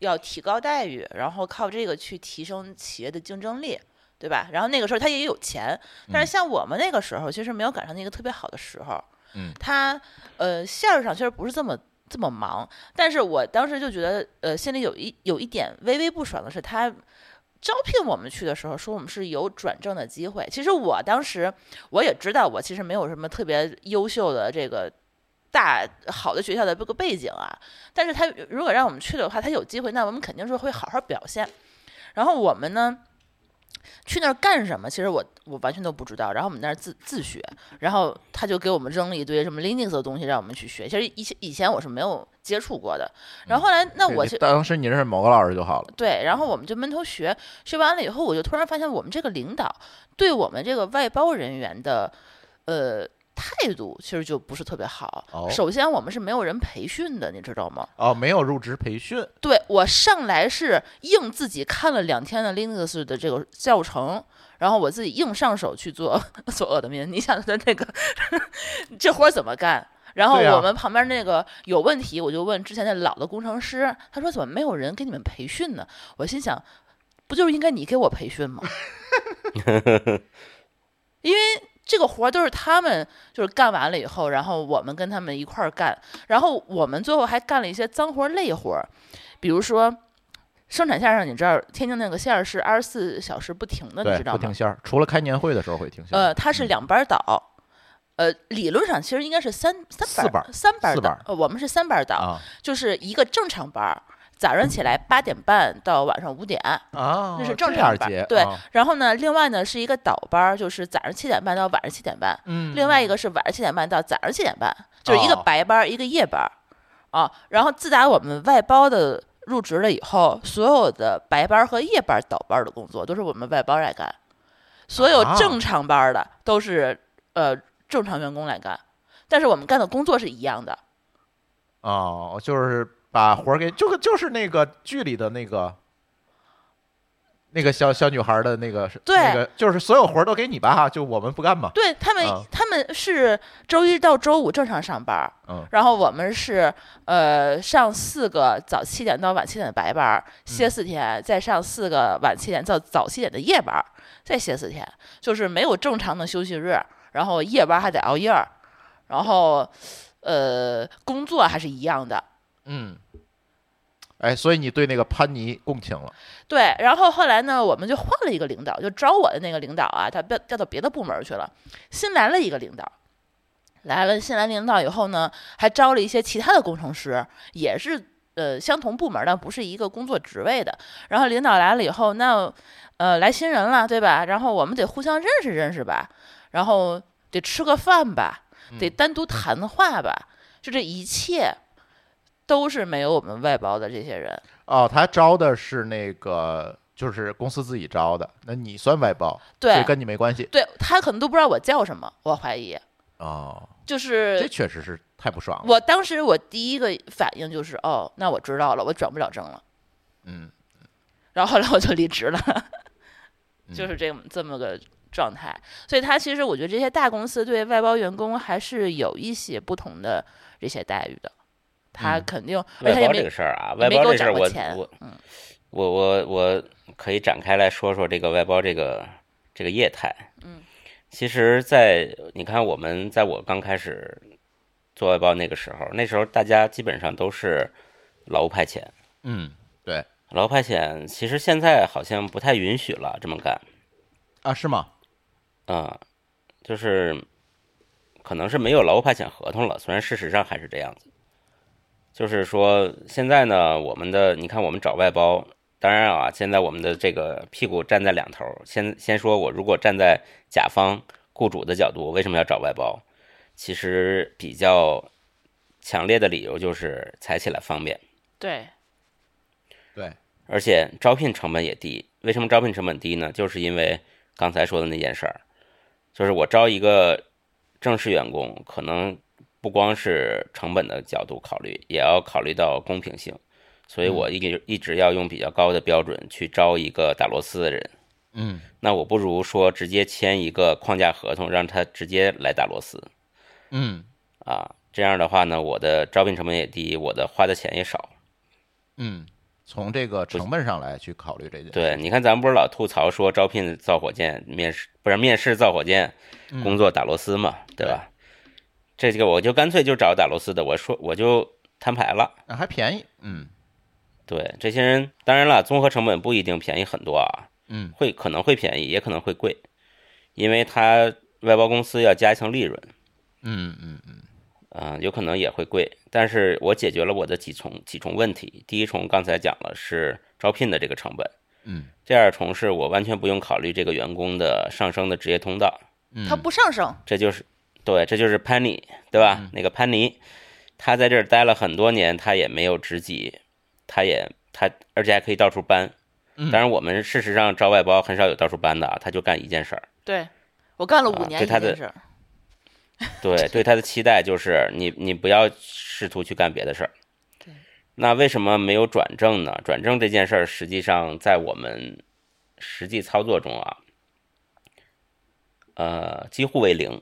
[SPEAKER 4] 要提高待遇，然后靠这个去提升企业的竞争力，对吧？然后那个时候它也有钱，但是像我们那个时候，其实没有赶上那个特别好的时候。
[SPEAKER 3] 嗯
[SPEAKER 4] 它呃线儿上其实不是这么这么忙，但是我当时就觉得呃心里有一有一点微微不爽的是他。招聘我们去的时候说我们是有转正的机会，其实我当时我也知道我其实没有什么特别优秀的这个大好的学校的这个背景啊，但是他如果让我们去的话，他有机会，那我们肯定是会好好表现。然后我们呢去那儿干什么？其实我我完全都不知道。然后我们那儿自自学，然后他就给我们扔了一堆什么 Linux 的东西让我们去学。其实以前以前我是没有接触过的。然后后来那我
[SPEAKER 3] 你
[SPEAKER 4] 就。嗯
[SPEAKER 3] 当时你认识某个老师就好了。
[SPEAKER 4] 对，然后我们就闷头学，学完了以后，我就突然发现我们这个领导对我们这个外包人员的呃态度其实就不是特别好。
[SPEAKER 3] 哦
[SPEAKER 4] 首先，我们是没有人培训的，你知道吗？
[SPEAKER 3] 哦，没有入职培训，
[SPEAKER 4] 对我上来是硬自己看了两天的 Linux 的这个教程。然后我自己硬上手去做 *laughs* 做恶的面，你想的那个 *laughs* 这活儿怎么干？然后
[SPEAKER 3] 对呀
[SPEAKER 4] 我们旁边那个有问题，我就问之前那老的工程师，他说怎么没有人给你们培训呢？我心想，不就是应该你给我培
[SPEAKER 3] *laughs*
[SPEAKER 4] 训吗？因为这个活儿都是他们就是干完了以后，然后我们跟他们一块儿干，然后我们最后还干了一些脏活儿累活儿，比如说生产线上，你知道天津那个线儿是二十四小时不停的，你
[SPEAKER 3] 对，
[SPEAKER 4] 知道
[SPEAKER 3] 不
[SPEAKER 4] 吗？
[SPEAKER 3] 停线儿，除了开年会的时候会停线儿。
[SPEAKER 4] 呃，它是
[SPEAKER 3] 嗯
[SPEAKER 4] 两班儿倒，呃，理论上其实应该是三三
[SPEAKER 3] 四
[SPEAKER 4] 班
[SPEAKER 3] 班
[SPEAKER 4] 儿
[SPEAKER 3] 儿
[SPEAKER 4] 三班儿
[SPEAKER 3] 四
[SPEAKER 4] 倒
[SPEAKER 3] 班儿
[SPEAKER 4] 呃，我们是三班儿倒，
[SPEAKER 3] 啊
[SPEAKER 4] 就是一个正常班儿，早上起来八点半到晚上五点，
[SPEAKER 3] 啊，
[SPEAKER 4] 那是正
[SPEAKER 3] 这
[SPEAKER 4] 常
[SPEAKER 3] 样
[SPEAKER 4] 班
[SPEAKER 3] 结
[SPEAKER 4] 对
[SPEAKER 3] 啊
[SPEAKER 4] 然后呢，另外呢是一个倒班儿，就是早上七点半到晚上七点半，
[SPEAKER 3] 嗯，
[SPEAKER 4] 另外一个是晚上七点半到早上七点半，就是一个
[SPEAKER 3] 哦
[SPEAKER 4] 白班儿，一个夜班儿，啊，然后自打我们外包的入职了以后，所有的白班儿和夜班儿倒班儿的工作都是我们外包来干，所有
[SPEAKER 3] 啊
[SPEAKER 4] 正常班儿的都是呃正常员工来干，但是我们干的工作是一样的，
[SPEAKER 3] 哦，就是把活儿给，就跟就是那个剧里的那个。那个小小女孩儿的那个是，
[SPEAKER 4] 对
[SPEAKER 3] 那个就是所有活儿都给你吧，哈，就我们不干嘛，
[SPEAKER 4] 对他们，
[SPEAKER 3] 啊
[SPEAKER 4] 他们是周一到周五正常上班儿，
[SPEAKER 3] 嗯
[SPEAKER 4] 然后我们是呃上四个早七点到晚七点的白班儿，歇四天，再上四个晚七点到早七点的夜班儿，再歇四天，就是没有正常的休息日，然后夜班还得熬夜儿，然后呃工作还是一样的，
[SPEAKER 3] 嗯，哎，所以你对那个潘妮共情了，
[SPEAKER 4] 对，然后后来呢，我们就换了一个领导，就招我的那个领导啊，他调调到别的部门儿去了，新来了一个领导。来了新来领导以后呢，还招了一些其他的工程师，也是呃相同部门儿的，不是一个工作职位的。然后领导来了以后，那呃，来新人了，对吧？然后我们得互相认识认识吧，然后得吃个饭吧，
[SPEAKER 3] 嗯
[SPEAKER 4] 得单独谈话吧，就这一切都是没有我们外包的这些人。
[SPEAKER 3] 哦，他招的是那个，就是公司自己招的，那你算外包，
[SPEAKER 4] 对
[SPEAKER 3] 所以跟你没关系。
[SPEAKER 4] 对他可能都不知道我叫什么，我怀疑
[SPEAKER 3] 哦，
[SPEAKER 4] 就
[SPEAKER 3] 这
[SPEAKER 4] 是。
[SPEAKER 3] 确实是太不爽了。
[SPEAKER 4] 呃我当时我第一个反应就是，哦，那我知道了，我转不了正了。
[SPEAKER 3] 嗯，
[SPEAKER 4] 然后后来我就离职了，
[SPEAKER 3] 嗯
[SPEAKER 4] 就是这么这么个状态。所以他其实我觉得这些大公司对外包员工还是有一些不同的这些待遇的，他
[SPEAKER 3] 嗯
[SPEAKER 4] 肯定，而且
[SPEAKER 5] 外
[SPEAKER 4] 他也
[SPEAKER 5] 包
[SPEAKER 4] 没
[SPEAKER 5] 这个事儿啊，
[SPEAKER 4] 也
[SPEAKER 5] 外
[SPEAKER 4] 没
[SPEAKER 5] 包
[SPEAKER 4] 给
[SPEAKER 5] 这事
[SPEAKER 4] 涨
[SPEAKER 5] 儿
[SPEAKER 4] 过
[SPEAKER 5] 我
[SPEAKER 4] 钱
[SPEAKER 5] 我，
[SPEAKER 4] 嗯
[SPEAKER 5] 我我我可以展开来说说这个外包这个这个业态。
[SPEAKER 4] 嗯，
[SPEAKER 5] 其实在，你看我们在我刚开始做外包那个时候，那时候大家基本上都是劳务派遣，
[SPEAKER 3] 嗯，对
[SPEAKER 5] 劳务派遣其实现在好像不太允许了这么干
[SPEAKER 3] 啊，是吗？
[SPEAKER 5] 啊、就是可能是没有劳务派遣合同了，虽然事实上还是这样子。就是说，现在呢，我们的你看，我们找外包，当然啊，现在我们的这个屁股站在两头儿。先先说我如果站在甲方雇主的角度，为什么要找外包？其实比较强烈的理由就是踩起来方便。
[SPEAKER 4] 对，
[SPEAKER 3] 对，
[SPEAKER 5] 而且招聘成本也低。为什么招聘成本低呢？就是因为刚才说的那件事儿，就是我招一个正式员工，可能不光是成本的角度考虑，也要考虑到公平性，所以我一直一直要用比较高的标准去招一个打螺丝的人。
[SPEAKER 3] 嗯，
[SPEAKER 5] 那我不如说直接签一个框架合同，让他直接来打螺丝
[SPEAKER 3] 嗯
[SPEAKER 5] 啊。这样的话呢，我的招聘成本也低，我的花的钱也少。
[SPEAKER 3] 嗯，从这个成本上来去考虑这件事。
[SPEAKER 5] 对，你看咱们不是老吐槽说招聘造火箭，面试不是面试造火箭，工作打螺丝嘛，对吧？这几个我就干脆就找打螺丝的，我说我就摊牌了。
[SPEAKER 3] 啊还便宜。嗯
[SPEAKER 5] 对这些人，当然了，综合成本不一定便宜很多啊，
[SPEAKER 3] 嗯
[SPEAKER 5] 会可能会便宜，也可能会贵，因为他外包公司要加一层利润，
[SPEAKER 3] 嗯嗯嗯
[SPEAKER 5] 啊、有可能也会贵。但是我解决了我的几重几重问题，第一重刚才讲了是招聘的这个成本，
[SPEAKER 3] 嗯
[SPEAKER 5] 第二重是我完全不用考虑这个员工的上升的职业通道，
[SPEAKER 3] 嗯，
[SPEAKER 4] 他不上升，
[SPEAKER 5] 这就是对，这就是潘尼，对吧？那个潘尼，他在这儿待了很多年，他也没有职级，他也他，而且还可以到处搬。
[SPEAKER 3] 嗯
[SPEAKER 5] 当然，我们事实上招外包很少有到处搬的啊，他就干一件事儿。
[SPEAKER 4] 对我干了
[SPEAKER 5] 啊
[SPEAKER 4] 五年
[SPEAKER 5] 对
[SPEAKER 4] 一
[SPEAKER 5] 他
[SPEAKER 4] 件
[SPEAKER 5] 的
[SPEAKER 4] 事儿，
[SPEAKER 5] 对，对他的期待就是你你不要试图去干别的事儿
[SPEAKER 4] 对。
[SPEAKER 5] 那为什么没有转正呢？转正这件事儿，实际上在我们实际操作中啊，呃，几乎为零，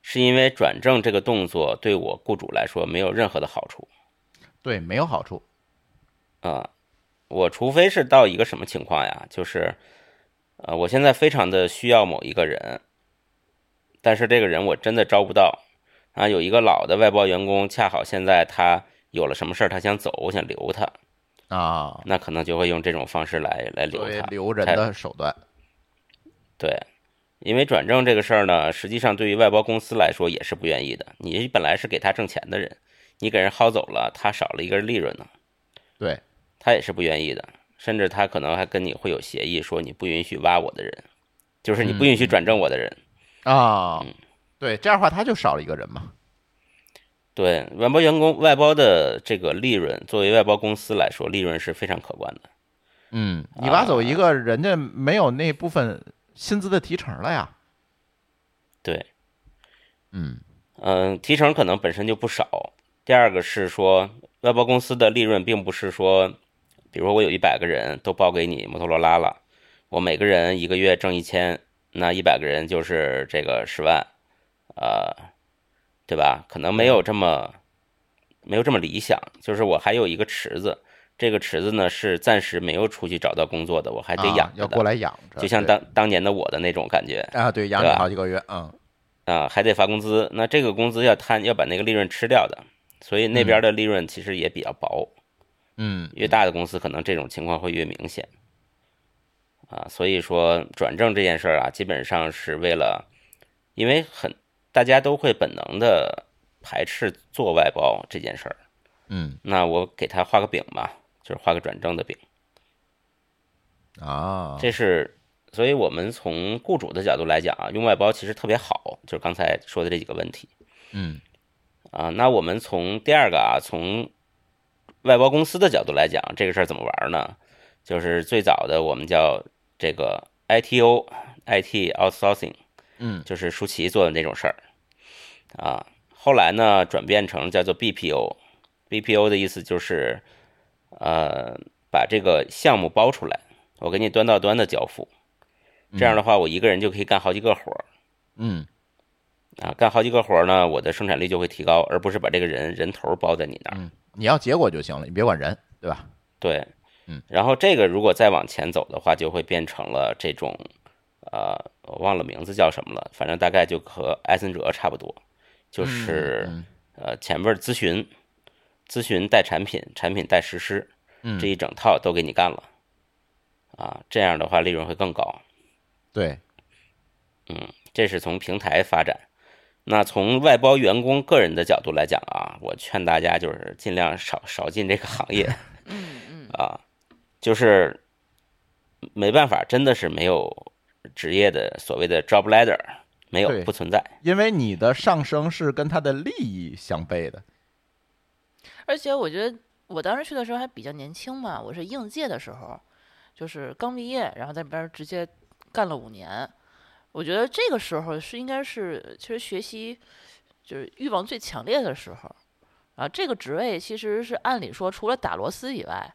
[SPEAKER 5] 是因为转正这个动作对我雇主来说没有任何的好处
[SPEAKER 3] 对没有好处。
[SPEAKER 5] 啊、我除非是到一个什么情况呀，就是，呃，我现在非常的需要某一个人，但是这个人我真的招不到啊。有一个老的外包员工，恰好现在他有了什么事儿，他想走，我想留他，
[SPEAKER 3] 啊，
[SPEAKER 5] 那可能就会用这种方式来来留
[SPEAKER 3] 作为
[SPEAKER 5] 他。
[SPEAKER 3] 留人
[SPEAKER 5] 太
[SPEAKER 3] 的手段。
[SPEAKER 5] 对，因为转正这个事儿呢，实际上对于外包公司来说也是不愿意的。你本来是给他挣钱的人，你给人薅走了，他少了一根利润呢，
[SPEAKER 3] 对，
[SPEAKER 5] 他也是不愿意的。甚至他可能还跟你会有协议，说你不允许挖我的人，就是你不允许转正我的人。
[SPEAKER 3] 啊
[SPEAKER 5] 嗯，
[SPEAKER 3] 对，这样的话他就少了一个人嘛。
[SPEAKER 5] 对，外包员工外包的这个利润，作为外包公司来说，利润是非常可观的。
[SPEAKER 3] 嗯，你挖
[SPEAKER 5] 啊
[SPEAKER 3] 走一个，人家没有那部分薪资的提成了呀。
[SPEAKER 5] 对，
[SPEAKER 3] 嗯
[SPEAKER 5] 嗯，提成可能本身就不少。第二个是说，外包公司的利润并不是说，比如说我有一百个人都包给你摩托罗拉了，我每个人一个月挣一千，那一百个人就是这个十万，呃，对吧？可能没有这么没有这么理想，就是我还有一个池子，这个池子呢是暂时没有出去找到工作的，我还哎得
[SPEAKER 3] 啊
[SPEAKER 5] 养
[SPEAKER 3] 要
[SPEAKER 5] 着
[SPEAKER 3] 过
[SPEAKER 5] 的，
[SPEAKER 3] 来养着，
[SPEAKER 5] 就像
[SPEAKER 3] 对
[SPEAKER 5] 当当年的我的那种感觉。
[SPEAKER 3] 啊，对，养你
[SPEAKER 5] 对吧
[SPEAKER 3] 好几个月，嗯
[SPEAKER 5] 啊，还得发工资，那这个工资要摊要把那个利润吃掉的，所以那边的利润其实也比较薄，
[SPEAKER 3] 嗯，
[SPEAKER 5] 越大的公司可能这种情况会越明显。啊，所以说转正这件事儿啊，基本上是为了，因为很大家都会本能的排斥做外包这件事儿，
[SPEAKER 3] 嗯
[SPEAKER 5] 那我给他画个饼吧，就是画个转正的饼。
[SPEAKER 3] 啊，
[SPEAKER 5] 这是，所以我们从雇主的角度来讲啊，用外包其实特别好，就是刚才说的这几个问题
[SPEAKER 3] 嗯
[SPEAKER 5] 啊。那我们从第二个啊，从外包公司的角度来讲，这个事儿怎么玩呢？就是最早的我们叫这个 ITO，IT outsourcing，
[SPEAKER 3] 嗯
[SPEAKER 5] 就是舒淇做的那种事儿啊。后来呢，转变成叫做 BPO，BPO 的意思就是，呃，把这个项目包出来，我给你端到端的交付。这样的话，我一个人就可以干好几个活儿
[SPEAKER 3] 嗯
[SPEAKER 5] 啊，干好几个活儿呢，我的生产率就会提高，而不是把这个人人头儿包在你那儿。
[SPEAKER 3] 嗯，你要结果就行了，你别管人，对吧？
[SPEAKER 5] 对，
[SPEAKER 3] 嗯，
[SPEAKER 5] 然后这个如果再往前走的话，就会变成了这种，呃，我忘了名字叫什么了，反正大概就和埃森哲差不多，就是、
[SPEAKER 3] 嗯
[SPEAKER 5] 呃前面咨询，咨询带产品，产品带实施，
[SPEAKER 3] 嗯，
[SPEAKER 5] 这一整套都给你干了，啊，这样的话利润会更高。
[SPEAKER 3] 对，
[SPEAKER 5] 这是从平台发展。那从外包员工个人的角度来讲啊，我劝大家就是尽量少少进这个行业
[SPEAKER 4] 嗯嗯，
[SPEAKER 5] *laughs* 啊，就是没办法，真的是没有职业的所谓的 job ladder，没有
[SPEAKER 3] 对
[SPEAKER 5] 不存在。
[SPEAKER 3] 因为你的上升是跟他的利益相悖的。
[SPEAKER 4] 而且我觉得我当时去的时候还比较年轻嘛，我是应届的时候，就是刚毕业，然后在里边儿直接干了五年。我觉得这个时候是应该是其实学习就是欲望最强烈的时候啊。这个职位其实是按理说除了打螺丝以外，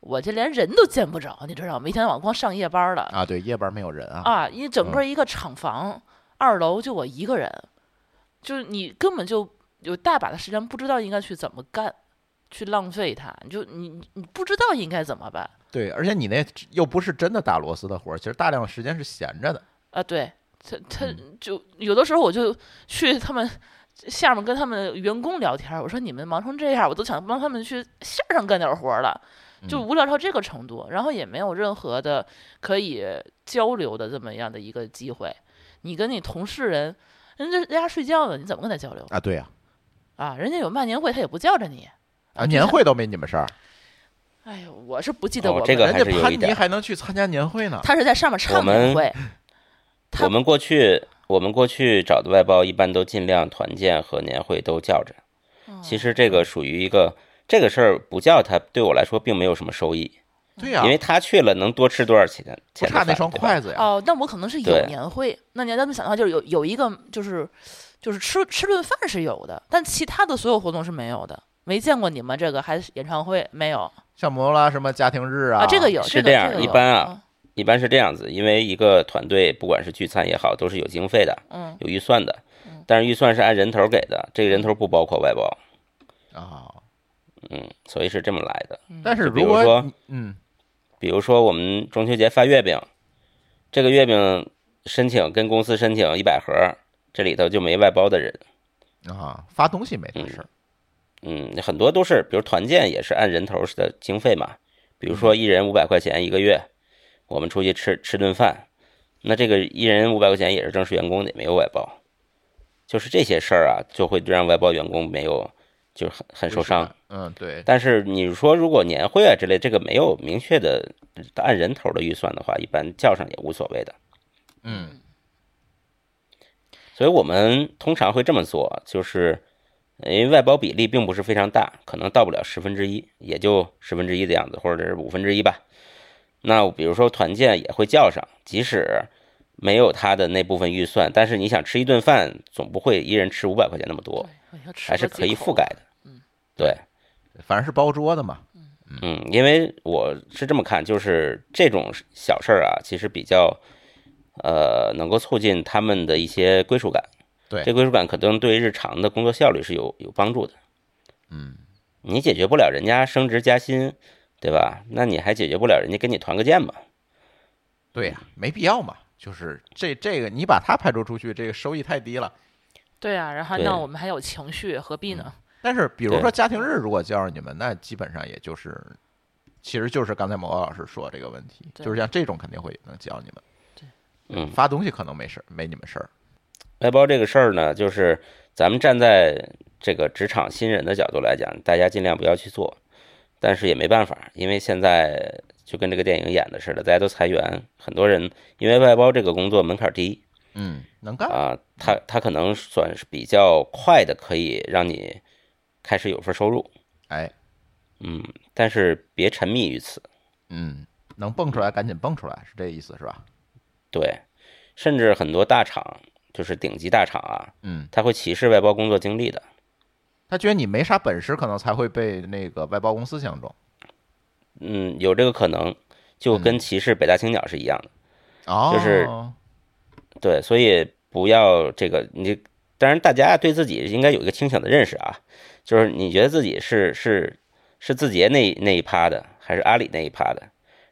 [SPEAKER 4] 我这连人都见不着，你知道吗？一天到晚光上夜班儿了
[SPEAKER 3] 啊，对，夜班没有人啊。
[SPEAKER 4] 啊，因为整
[SPEAKER 3] 嗯
[SPEAKER 4] 个一个厂房、二楼就我一个人，就是你根本就有大把的时间不知道应该去怎么干，去浪费它，你就你你你不知道应该怎么办
[SPEAKER 3] 对，而且你那又不是真的打螺丝的活儿，其实大量时间是闲着的。
[SPEAKER 4] 啊？对他他
[SPEAKER 5] 嗯
[SPEAKER 4] 就有的时候我就去他们。下面跟他们员工聊天儿，我说你们忙成这样，我都想帮他们去线儿上干点活儿了，就
[SPEAKER 3] 嗯
[SPEAKER 4] 无聊到这个程度，然后也没有任何的可以交流的这么样的一个机会。你跟你同事人，人家人家睡觉呢，你怎么跟他交流
[SPEAKER 3] 啊，对呀、
[SPEAKER 4] 啊？人家有漫年会，他也不叫着你。
[SPEAKER 3] 啊，年会都没你们事儿，
[SPEAKER 4] 哎呦，我是不记得
[SPEAKER 5] 哦
[SPEAKER 4] 我们、
[SPEAKER 5] 这个
[SPEAKER 3] 人
[SPEAKER 5] 还
[SPEAKER 3] 家
[SPEAKER 5] 是有一
[SPEAKER 3] 潘尼
[SPEAKER 5] 点
[SPEAKER 3] 还能去参加年会呢。
[SPEAKER 4] 他是在上面
[SPEAKER 5] 我
[SPEAKER 4] 唱
[SPEAKER 5] 们
[SPEAKER 4] 年会，他
[SPEAKER 5] 我们过去我们过去找的外包一般都尽量团建和年会都叫着。
[SPEAKER 3] 哦
[SPEAKER 5] 其实这个属于一个这个事儿不叫他，对我来说并没有什么收益，
[SPEAKER 3] 对呀、
[SPEAKER 5] 因为他去了能多吃多少钱
[SPEAKER 3] 不
[SPEAKER 5] 钱
[SPEAKER 3] 差那
[SPEAKER 5] 的
[SPEAKER 3] 双
[SPEAKER 5] 饭对吧
[SPEAKER 3] 筷子呀。
[SPEAKER 4] 哦，那我可能是有
[SPEAKER 5] 对
[SPEAKER 4] 年会。那你要这么想的话，就是有有一个就是就是吃吃顿饭是有的，但其他的所有活动是没有的。没见过你们这个还是演唱会没有啊
[SPEAKER 3] 像摩托拉什么家庭日啊，
[SPEAKER 4] 这个有，
[SPEAKER 5] 是
[SPEAKER 4] 个
[SPEAKER 5] 这样
[SPEAKER 4] 个
[SPEAKER 5] 一
[SPEAKER 4] 有嗯
[SPEAKER 5] 般啊，一般是这样子，因为一个团队不管是聚餐也好，都是有经费的，
[SPEAKER 4] 嗯
[SPEAKER 5] 有预算的，但是预算是按人头给的，这个人头不包括外包，
[SPEAKER 3] 啊。
[SPEAKER 5] 嗯，所以是这么来的。
[SPEAKER 3] 但是
[SPEAKER 5] 就比
[SPEAKER 3] 如
[SPEAKER 5] 如
[SPEAKER 3] 果
[SPEAKER 5] 说
[SPEAKER 3] 你嗯，
[SPEAKER 5] 比如说我们中秋节发月饼，这个月饼申请跟公司申请一百盒，这里头就没外包的人，
[SPEAKER 3] 啊，发东西没他事儿，
[SPEAKER 5] 嗯，很多都是，比如团建也是按人头的经费嘛，比如说一人五百块钱一个月，我们出去吃吃顿饭，那这个一人五百块钱也是正式员工的，也没有外包，就是这些事儿啊，就会让外包员工没有，就是很很受伤。。
[SPEAKER 3] 嗯，对，
[SPEAKER 5] 但是你说如果年会啊之类，这个没有明确的按人头的预算的话，一般叫上也无所谓的。
[SPEAKER 3] 嗯，
[SPEAKER 5] 所以我们通常会这么做，就是因为外包比例并不是非常大，可能到不了十分之一，也就十分之一的样子，或者是五分之一吧。那比如说团建也会叫上，即使没有他的那部分预算，但是你想吃一顿饭，总不会一人吃五百块钱那么多，
[SPEAKER 4] 对要吃
[SPEAKER 5] 还是
[SPEAKER 4] 个
[SPEAKER 5] 可
[SPEAKER 4] 几
[SPEAKER 5] 以
[SPEAKER 4] 口嗯
[SPEAKER 5] 覆盖的。对，
[SPEAKER 3] 反正是包桌的嘛。
[SPEAKER 5] 嗯，因为我是这么看，就是这种小事儿啊，其实比较，呃，能够促进他们的一些归属感。
[SPEAKER 3] 对
[SPEAKER 5] 这归属感可能对日常的工作效率是有有帮助的。
[SPEAKER 3] 嗯，
[SPEAKER 5] 你解决不了人家升职加薪，对吧？那你还解决不了人家跟你团个建嘛？
[SPEAKER 3] 对呀、没必要嘛。就是这这个，你把他排除出去，这个收益太低了。
[SPEAKER 4] 对啊，然后
[SPEAKER 5] 对
[SPEAKER 4] 那我们还有情绪，何必呢？
[SPEAKER 3] 但是比如说
[SPEAKER 5] 对
[SPEAKER 3] 家庭日，如果叫上你们，那基本上也就是，其实就是刚才毛老师说这个问题，
[SPEAKER 4] 对
[SPEAKER 3] 就是像这种肯定会能叫你们
[SPEAKER 5] 嗯，
[SPEAKER 3] 发东西，可能没事儿，没你们事儿。
[SPEAKER 5] 外包这个事儿呢，就是咱们站在这个职场新人的角度来讲，大家尽量不要去做，但是也没办法，因为现在就跟这个电影演的似的，大家都裁员，很多人因为外包这个工作门槛低，
[SPEAKER 3] 嗯，能干，
[SPEAKER 5] 啊，它它可能算是比较快的，可以让你开始有份收入，
[SPEAKER 3] 哎，
[SPEAKER 5] 嗯，但是别沉迷于此，
[SPEAKER 3] 嗯，能蹦出来赶紧蹦出来，是这意思是吧？
[SPEAKER 5] 对，甚至很多大厂，就是顶级大厂啊，
[SPEAKER 3] 嗯，
[SPEAKER 5] 他会歧视外包工作经历的，
[SPEAKER 3] 他觉得你没啥本事，可能才会被那个外包公司相中。
[SPEAKER 5] 嗯，有这个可能，就跟歧视北大青鸟是一样的，
[SPEAKER 3] 哦，
[SPEAKER 5] 就是对，所以不要这个你，当然大家对自己应该有一个清醒的认识啊，就是你觉得自己是是是字节那那一趴的，还是阿里那一趴的，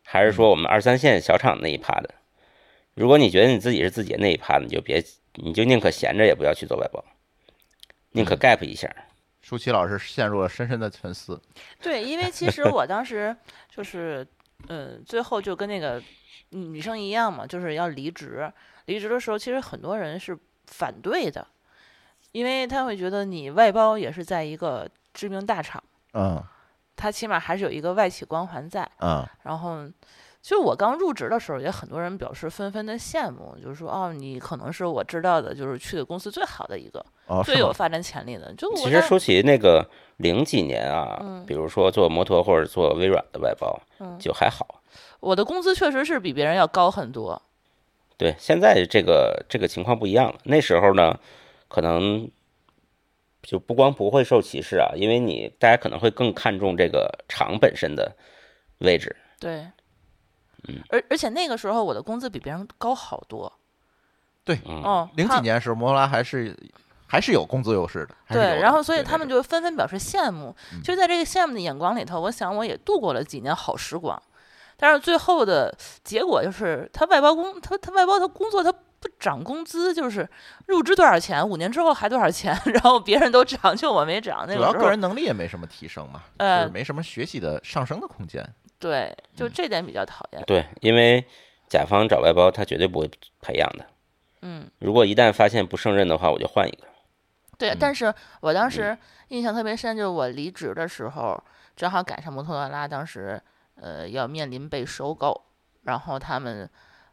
[SPEAKER 5] 还是说我们二三线小厂那一趴的？如果你觉得你自己是字节那一趴的，你就别，你就宁可闲着也不要去做外包，宁可 gap 一下。
[SPEAKER 3] 舒淇老师陷入了深深的沉思。
[SPEAKER 4] 对，因为其实我当时就是，呃，最后就跟那个女生一样嘛，就是要离职。离职的时候，其实很多人是反对的，因为他会觉得你外包也是在一个知名大厂，
[SPEAKER 3] 嗯
[SPEAKER 4] 它起码还是有一个外企光环在。
[SPEAKER 3] 嗯
[SPEAKER 4] 然后，其实我刚入职的时候，也很多人表示纷纷的羡慕，就是说，哦，你可能是我知道的，就是去的公司最好的一个，
[SPEAKER 3] 哦，
[SPEAKER 4] 最
[SPEAKER 3] 是吗
[SPEAKER 4] 有发展潜力的。就我
[SPEAKER 5] 其
[SPEAKER 4] 当
[SPEAKER 5] 实说起那个零几年啊
[SPEAKER 4] 嗯，
[SPEAKER 5] 比如说做摩托或者做微软的外包
[SPEAKER 4] 嗯，
[SPEAKER 5] 就还好。
[SPEAKER 4] 我的工资确实是比别人要高很多，
[SPEAKER 5] 对，现在这个这个情况不一样了。那时候呢，可能就不光不会受歧视啊，因为你大家可能会更看重这个厂本身的位置。
[SPEAKER 4] 对，
[SPEAKER 5] 嗯，
[SPEAKER 4] 而而且那个时候我的工资比别人高好多，
[SPEAKER 5] 嗯，
[SPEAKER 4] 嗯，
[SPEAKER 3] 零
[SPEAKER 4] 他
[SPEAKER 3] 几年时候，摩托罗拉还是还是有工资优势的。还是有
[SPEAKER 4] 对，
[SPEAKER 3] 的
[SPEAKER 4] 然后所以
[SPEAKER 3] 对
[SPEAKER 4] 他们
[SPEAKER 3] 对嗯
[SPEAKER 4] 就纷纷表示羡慕。其实，在这个羡慕的眼光里头，我想我也度过了几年好时光，但是最后的结果就是他外包工，他他外包他工作他。不涨工资就是入职多少钱，五年之后还多少钱， *laughs* 然后别人都涨，就我没涨。那
[SPEAKER 3] 主
[SPEAKER 4] 个
[SPEAKER 3] 要
[SPEAKER 4] 时
[SPEAKER 3] 个
[SPEAKER 4] 候
[SPEAKER 3] 人能力也没什么提升嘛，
[SPEAKER 4] 呃
[SPEAKER 3] 就是没什么学习的上升的空间。
[SPEAKER 4] 对，就
[SPEAKER 3] 嗯
[SPEAKER 4] 这点比较讨厌。
[SPEAKER 5] 对，因为甲方找外包，他绝对不会培养的。
[SPEAKER 4] 嗯，
[SPEAKER 5] 如果一旦发现不胜任的话，我就换一 *laughs* 个。
[SPEAKER 3] 嗯
[SPEAKER 4] 对，但是我当时印象特别深，就是我离职的时候，正好赶上摩托罗拉当时呃要面临被收购，然后他们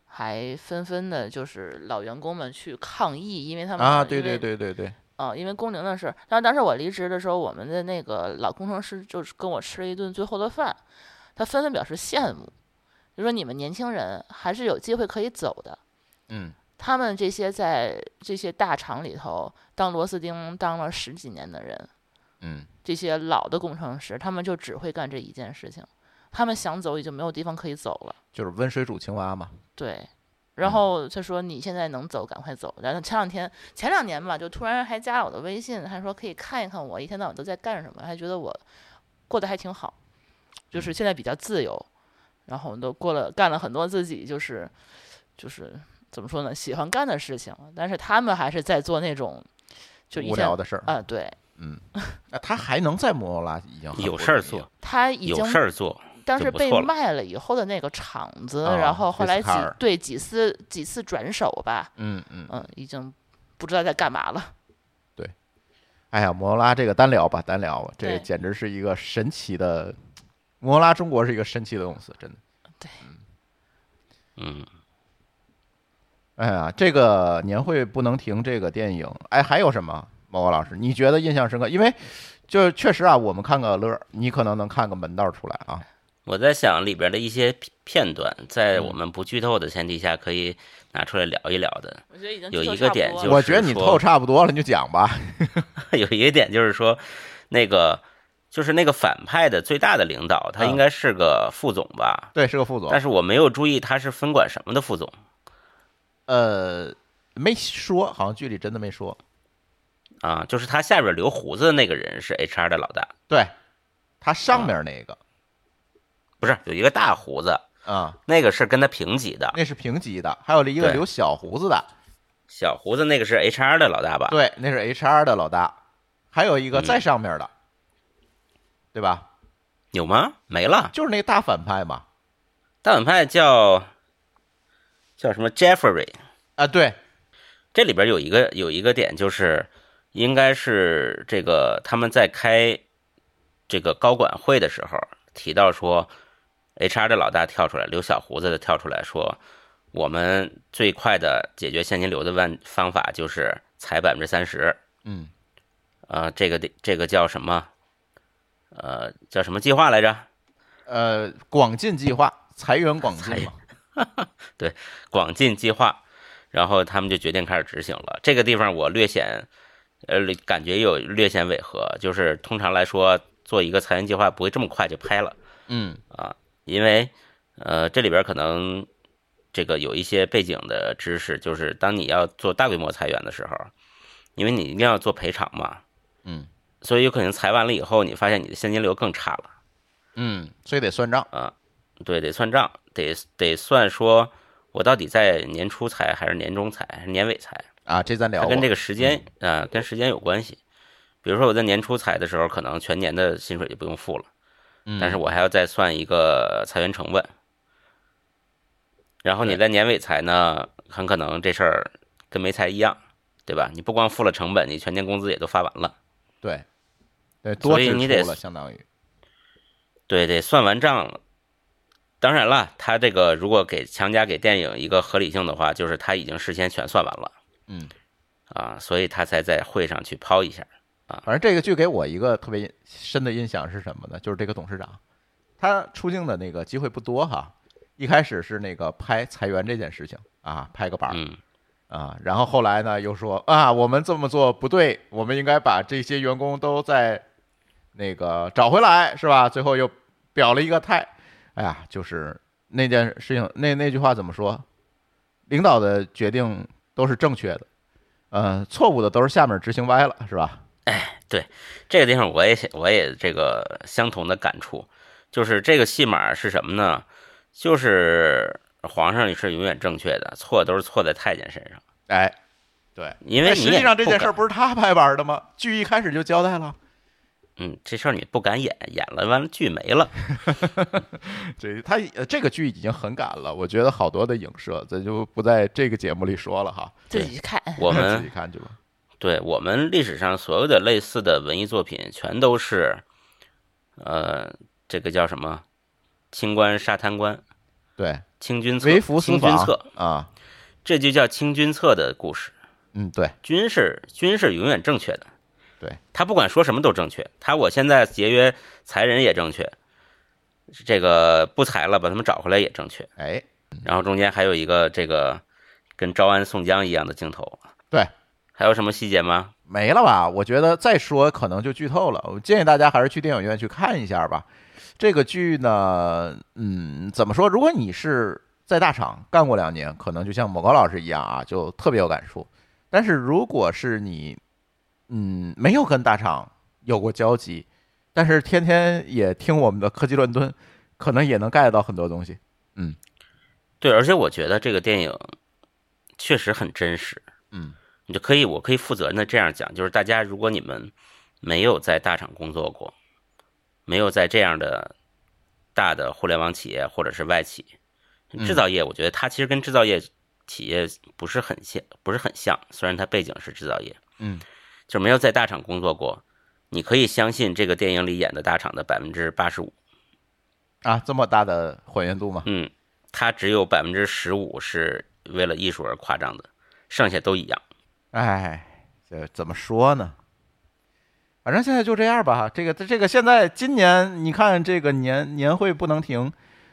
[SPEAKER 4] 还纷纷的就是老员工们去抗议，因为他们
[SPEAKER 3] 啊，
[SPEAKER 4] 因
[SPEAKER 3] 对对
[SPEAKER 4] 为，
[SPEAKER 3] 对对对，
[SPEAKER 4] 嗯、因为工龄的事儿。但是当时我离职的时候，我们的那个老工程师就是跟我吃了一顿最后的饭，他纷纷表示羡慕，就说你们年轻人还是有机会可以走的。
[SPEAKER 3] 嗯
[SPEAKER 4] 他们这些在这些大厂里头当螺丝钉当了十几年的人，
[SPEAKER 3] 嗯，
[SPEAKER 4] 这些老的工程师，他们就只会干这一件事情，他们想走已经没有地方可以走了。
[SPEAKER 3] 就是温水煮青蛙嘛。
[SPEAKER 4] 对，
[SPEAKER 5] 嗯
[SPEAKER 4] 然后他说你现在能走，赶快走。然后前两天前两年吧，就突然还加了我的微信，还说可以看一看我一天到晚都在干什么，还觉得我过得还挺好，
[SPEAKER 5] 嗯
[SPEAKER 4] 就是现在比较自由，然后都过了干了很多自己就是就是怎么说呢，喜欢干的事情，但是他们还是在做那种就一
[SPEAKER 3] 无
[SPEAKER 4] 天
[SPEAKER 3] 聊
[SPEAKER 4] 啊、
[SPEAKER 3] 的事儿，
[SPEAKER 4] 对。
[SPEAKER 3] 那他还能在摩托罗拉已经很不容易了，，
[SPEAKER 4] 他已经
[SPEAKER 5] 儿做，
[SPEAKER 4] 当
[SPEAKER 5] 就
[SPEAKER 4] 时
[SPEAKER 5] 不
[SPEAKER 4] 被
[SPEAKER 5] 错了
[SPEAKER 4] 卖了以后的那个厂子，
[SPEAKER 3] 啊
[SPEAKER 4] 然后
[SPEAKER 3] 菲
[SPEAKER 4] 后
[SPEAKER 3] 斯
[SPEAKER 4] 来几
[SPEAKER 3] 卡尔
[SPEAKER 4] 对几次几次转手吧，
[SPEAKER 3] 嗯嗯，
[SPEAKER 4] 嗯，已经不知道在干嘛了。
[SPEAKER 3] 哎呀，摩托罗拉这个单聊吧，单聊吧，这
[SPEAKER 4] 对
[SPEAKER 3] 简直是一个神奇的，摩托罗拉中国是一个神奇的公司，真的。
[SPEAKER 5] 嗯，
[SPEAKER 3] 哎呀，这个年会不能停，这个电影，哎，还有什么？毛毛老师，你觉得印象深刻？因为就是确实啊，我们看个乐儿，你可能能看个门道出来啊。
[SPEAKER 5] 我在想里边的一些片段，在我们不剧透的前提下，可以拿出来聊一聊的。
[SPEAKER 4] 我觉得已经
[SPEAKER 5] 有一个点就是
[SPEAKER 3] 我觉得你
[SPEAKER 5] 说
[SPEAKER 3] 透差不多了，你就讲吧。
[SPEAKER 5] 有一个点就是说，那个就是那个反派的最大的领导，他
[SPEAKER 3] 嗯
[SPEAKER 5] 应该是个副总吧？
[SPEAKER 3] 对，是个副总
[SPEAKER 5] 但，是我没有注意他是分管什么的副总，
[SPEAKER 3] 呃，没说，好像剧里真的没说。
[SPEAKER 5] 啊，就是他下边留胡子的那个人是 HR 的老大，
[SPEAKER 3] 对，他上面那个
[SPEAKER 5] 不是有一个大胡子，
[SPEAKER 3] 啊、
[SPEAKER 5] 那个是跟他平级的，
[SPEAKER 3] 那是平级的，还有一个
[SPEAKER 5] 对
[SPEAKER 3] 留小胡子的，
[SPEAKER 5] 小胡子那个是 HR 的老大吧？
[SPEAKER 3] 对，那是 HR 的老大，还有一个
[SPEAKER 5] 嗯
[SPEAKER 3] 在上面的，对吧？
[SPEAKER 5] 有吗？没了。
[SPEAKER 3] 就是那个大反派嘛。
[SPEAKER 5] 大反派叫叫什么 Jeffrey，
[SPEAKER 3] 啊，对，
[SPEAKER 5] 这里边有一个有一个点就是，应该是这个他们在开这个高管会的时候提到说， HR 的老大跳出来，留小胡子的跳出来说，我们最快的解决现金流的万方法就是裁百分之三十。
[SPEAKER 3] 嗯，
[SPEAKER 5] 呃，这个得这个叫什么？呃，叫什么计划来着？
[SPEAKER 3] 呃，广进计划，裁员广进嘛，
[SPEAKER 5] 广进计划，然后他们就决定开始执行了。这个地方我略显，呃，感觉有略显违和，就是通常来说，做一个裁员计划不会这么快就拍了，
[SPEAKER 3] 嗯
[SPEAKER 5] 因为，呃，这里边可能这个有一些背景的知识，就是当你要做大规模裁员的时候，因为你一定要做赔偿嘛，
[SPEAKER 3] 嗯
[SPEAKER 5] 所以有可能裁完了以后，你发现你的现金流更差了。
[SPEAKER 3] 嗯，所以得算账，
[SPEAKER 5] 对，得算账，得得算说，我到底在年初裁还是年终裁还是年尾裁？
[SPEAKER 3] 啊，这咱聊
[SPEAKER 5] 它
[SPEAKER 3] 过，
[SPEAKER 5] 跟这个时间啊、跟时间有关系。比如说我在年初裁的时候，可能全年的薪水就不用付了，
[SPEAKER 3] 嗯，
[SPEAKER 5] 但是我还要再算一个裁员成本。然后你在年尾裁呢，很可能这事儿跟没裁一样，对吧？你不光付了成本，你全年工资也都发完了。
[SPEAKER 3] 对对多
[SPEAKER 5] 所以
[SPEAKER 3] 支
[SPEAKER 5] 你得
[SPEAKER 3] 出了，相当于
[SPEAKER 5] 对对，算完账了。当然了，他这个如果给强加给电影一个合理性的话，就是他已经事先全算完了
[SPEAKER 3] 嗯，
[SPEAKER 5] 啊，所以他才在会上去抛一下。
[SPEAKER 3] 反正这个剧给我一个特别深的印象是什么呢？就是这个董事长，他出镜的那个机会不多哈。一开始是那个拍裁员这件事情啊，拍个板儿
[SPEAKER 5] 嗯，
[SPEAKER 3] 啊，然后后来呢又说啊，我们这么做不对，我们应该把这些员工都再那个找回来，是吧？最后又表了一个态，哎呀，就是那件事情，那那句话怎么说？领导的决定都是正确的，呃，错误的都是下面执行歪了，是吧？
[SPEAKER 5] 这个地方我也想我也这个相同的感触，就是这个戏码是什么呢？就是皇上是永远正确的，错都是错在太监身上，
[SPEAKER 3] 哎，对，
[SPEAKER 5] 因为
[SPEAKER 3] 但
[SPEAKER 5] 你
[SPEAKER 3] 实际
[SPEAKER 5] 也
[SPEAKER 3] 上这件事儿
[SPEAKER 5] 敢
[SPEAKER 3] 不是他拍板的吗？剧一开始就交代
[SPEAKER 5] *laughs*
[SPEAKER 3] 了，
[SPEAKER 5] 嗯，这事儿你不敢演，演了完了剧没了，
[SPEAKER 3] 这他呃这个剧已经很赶了，我觉得好多的影射咱就不在这个节目里说了哈，
[SPEAKER 4] 自己去看。
[SPEAKER 5] 我
[SPEAKER 3] 自 *laughs* 己
[SPEAKER 5] 们
[SPEAKER 3] 看去吧。
[SPEAKER 5] 对我们历史上所有的类似的文艺作品，全都是，呃，这个叫什么？清官杀贪官，
[SPEAKER 3] 对，
[SPEAKER 5] 清君侧，
[SPEAKER 3] 为福私
[SPEAKER 5] 清君
[SPEAKER 3] 访
[SPEAKER 5] 侧，
[SPEAKER 3] 啊，
[SPEAKER 5] 这就叫清君侧的故事。
[SPEAKER 3] 嗯，对，
[SPEAKER 5] 军事军事永远正确的，
[SPEAKER 3] 对
[SPEAKER 5] 他不管说什么都正确，他我现在节约裁人也正确，这个不裁了把他们找回来也正确，
[SPEAKER 3] 哎，
[SPEAKER 5] 然后中间还有一个这个跟招安宋江一样的镜头，
[SPEAKER 3] 对，
[SPEAKER 5] 还有什么细节吗？
[SPEAKER 3] 没了吧？我觉得再说可能就剧透了，我建议大家还是去电影院去看一下吧。这个剧呢，嗯，怎么说？如果你是在大厂干过两年，可能就像某高老师一样啊，就特别有感触。但是如果是你，嗯，没有跟大厂有过交集，但是天天也听我们的科技乱炖，可能也能 get 到很多东西。
[SPEAKER 5] 对，而且我觉得这个电影确实很真实，
[SPEAKER 3] 嗯，
[SPEAKER 5] 你就可以我可以负责任的这样讲，就是大家如果你们没有在大厂工作过，没有在这样的大的互联网企业或者是外企，
[SPEAKER 3] 嗯
[SPEAKER 5] 制造业，我觉得它其实跟制造业企业不是很像，不是很像。虽然它背景是制造业，
[SPEAKER 3] 嗯，
[SPEAKER 5] 就是没有在大厂工作过，你可以相信这个电影里演的大厂的百分之八十五，
[SPEAKER 3] 啊，这么大的还原度吗？
[SPEAKER 5] 嗯，它只有百分之十五是为了艺术而夸张的，剩下都一样。
[SPEAKER 3] 哎，这怎么说呢？反正现在就这样吧。这个这个现在今年你看这个年年会不能停，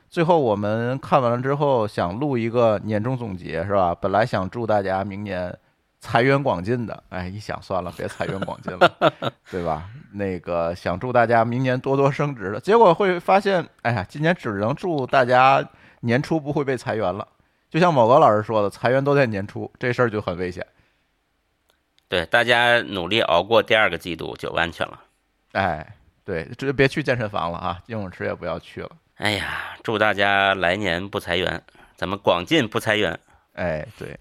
[SPEAKER 3] 最后我们看完了之后想录一个年终总结是吧？本来想祝大家明年财源广进的，哎，一想算了，别财源广进了， *laughs* 对吧？那个想祝大家明年多多升职的，结果会发现，哎呀，今年只能祝大家年初不会被裁员了。就像某个老师说的，裁员都在年初，这事儿就很危险。
[SPEAKER 5] 对，大家努力熬过第二个季度就安全了。
[SPEAKER 3] 哎，对，这别去健身房了啊，游泳池也不要去了。
[SPEAKER 5] 哎呀，祝大家来年不裁员，咱们广进不裁员。
[SPEAKER 3] 哎，对，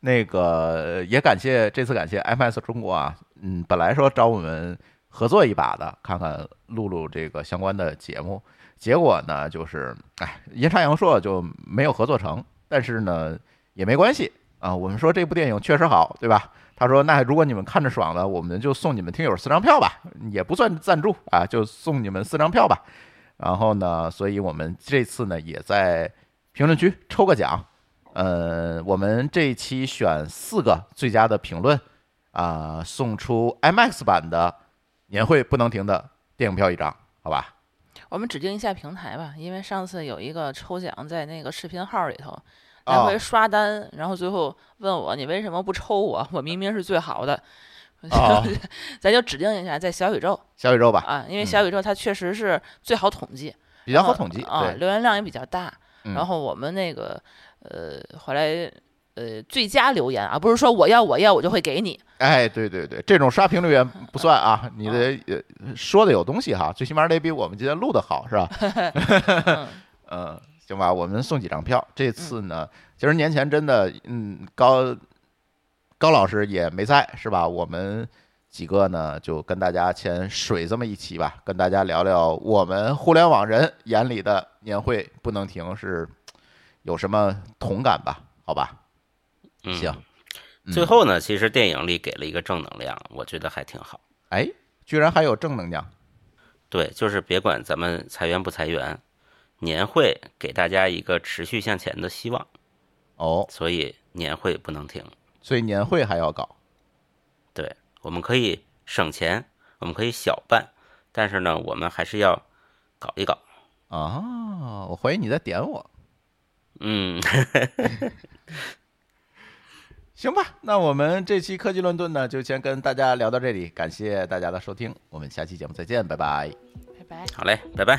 [SPEAKER 3] 那个也感谢这次感谢 MS 中国啊，嗯，本来说找我们合作一把的，看看录录这个相关的节目，结果呢就是，哎，阴差阳错就没有合作成，但是呢也没关系啊，我们说这部电影确实好，对吧？他说：“那如果你们看着爽了，我们就送你们听友四张票吧，也不算赞助啊，就送你们四张票吧。然后呢，所以我们这次呢也在评论区抽个奖。呃，我们这一期选四个最佳的评论啊、送出 IMAX 版的年会不能停的电影票一张，好吧？
[SPEAKER 4] *laughs* 我们指定一下平台吧，因为上次有一个抽奖在那个视频号里头，
[SPEAKER 3] 哦
[SPEAKER 4] 来回刷单，然后最后问我你为什么不抽我？我明明是最好的。
[SPEAKER 3] 哦
[SPEAKER 4] *laughs* 咱就指定一下，在小宇宙
[SPEAKER 3] 小宇宙
[SPEAKER 4] *laughs*
[SPEAKER 3] 吧，
[SPEAKER 4] 啊，因为
[SPEAKER 3] 嗯
[SPEAKER 4] 小宇宙它确实是最好统计，
[SPEAKER 3] 比较好统计。
[SPEAKER 4] 啊，
[SPEAKER 3] 对，
[SPEAKER 4] 浏览量也比较大。
[SPEAKER 3] 嗯
[SPEAKER 4] 然后我们那个呃，后来呃，最佳留言啊，不是说我要我要我就会给你，
[SPEAKER 3] 哎，对对对，这种刷评论员不算啊，你得呃说的有东西哈，最起码得比我们今天录的好，是吧？
[SPEAKER 4] 嗯
[SPEAKER 3] 嗯，行吧，我们送几张票。这次呢，其实年前真的，嗯，高高老师也没在，是吧？我们几个呢，就跟大家先水这么一期吧，跟大家聊聊我们互联网人眼里的年会不能停是有什么同感吧？好吧，
[SPEAKER 5] 嗯
[SPEAKER 3] 行。嗯
[SPEAKER 5] 最后呢，其实电影里给了一个正能量，我觉得还挺好。
[SPEAKER 3] 哎，居然还有正能量，
[SPEAKER 5] 对，就是别管咱们裁员不裁员，年会给大家一个持续向前的希望，
[SPEAKER 3] 哦，
[SPEAKER 5] 所以年会不能停。
[SPEAKER 3] 所以年会还要搞。
[SPEAKER 5] 对，我们可以省钱，我们可以小办，但是呢，我们还是要搞一搞。
[SPEAKER 3] 啊，我怀疑你在点我。
[SPEAKER 5] 嗯， *laughs*
[SPEAKER 3] 行吧，那我们这期科技乱炖呢，就先跟大家聊到这里，感谢大家的收听，我们下期节目再见，拜拜。
[SPEAKER 4] 拜拜。
[SPEAKER 5] 好嘞，拜拜。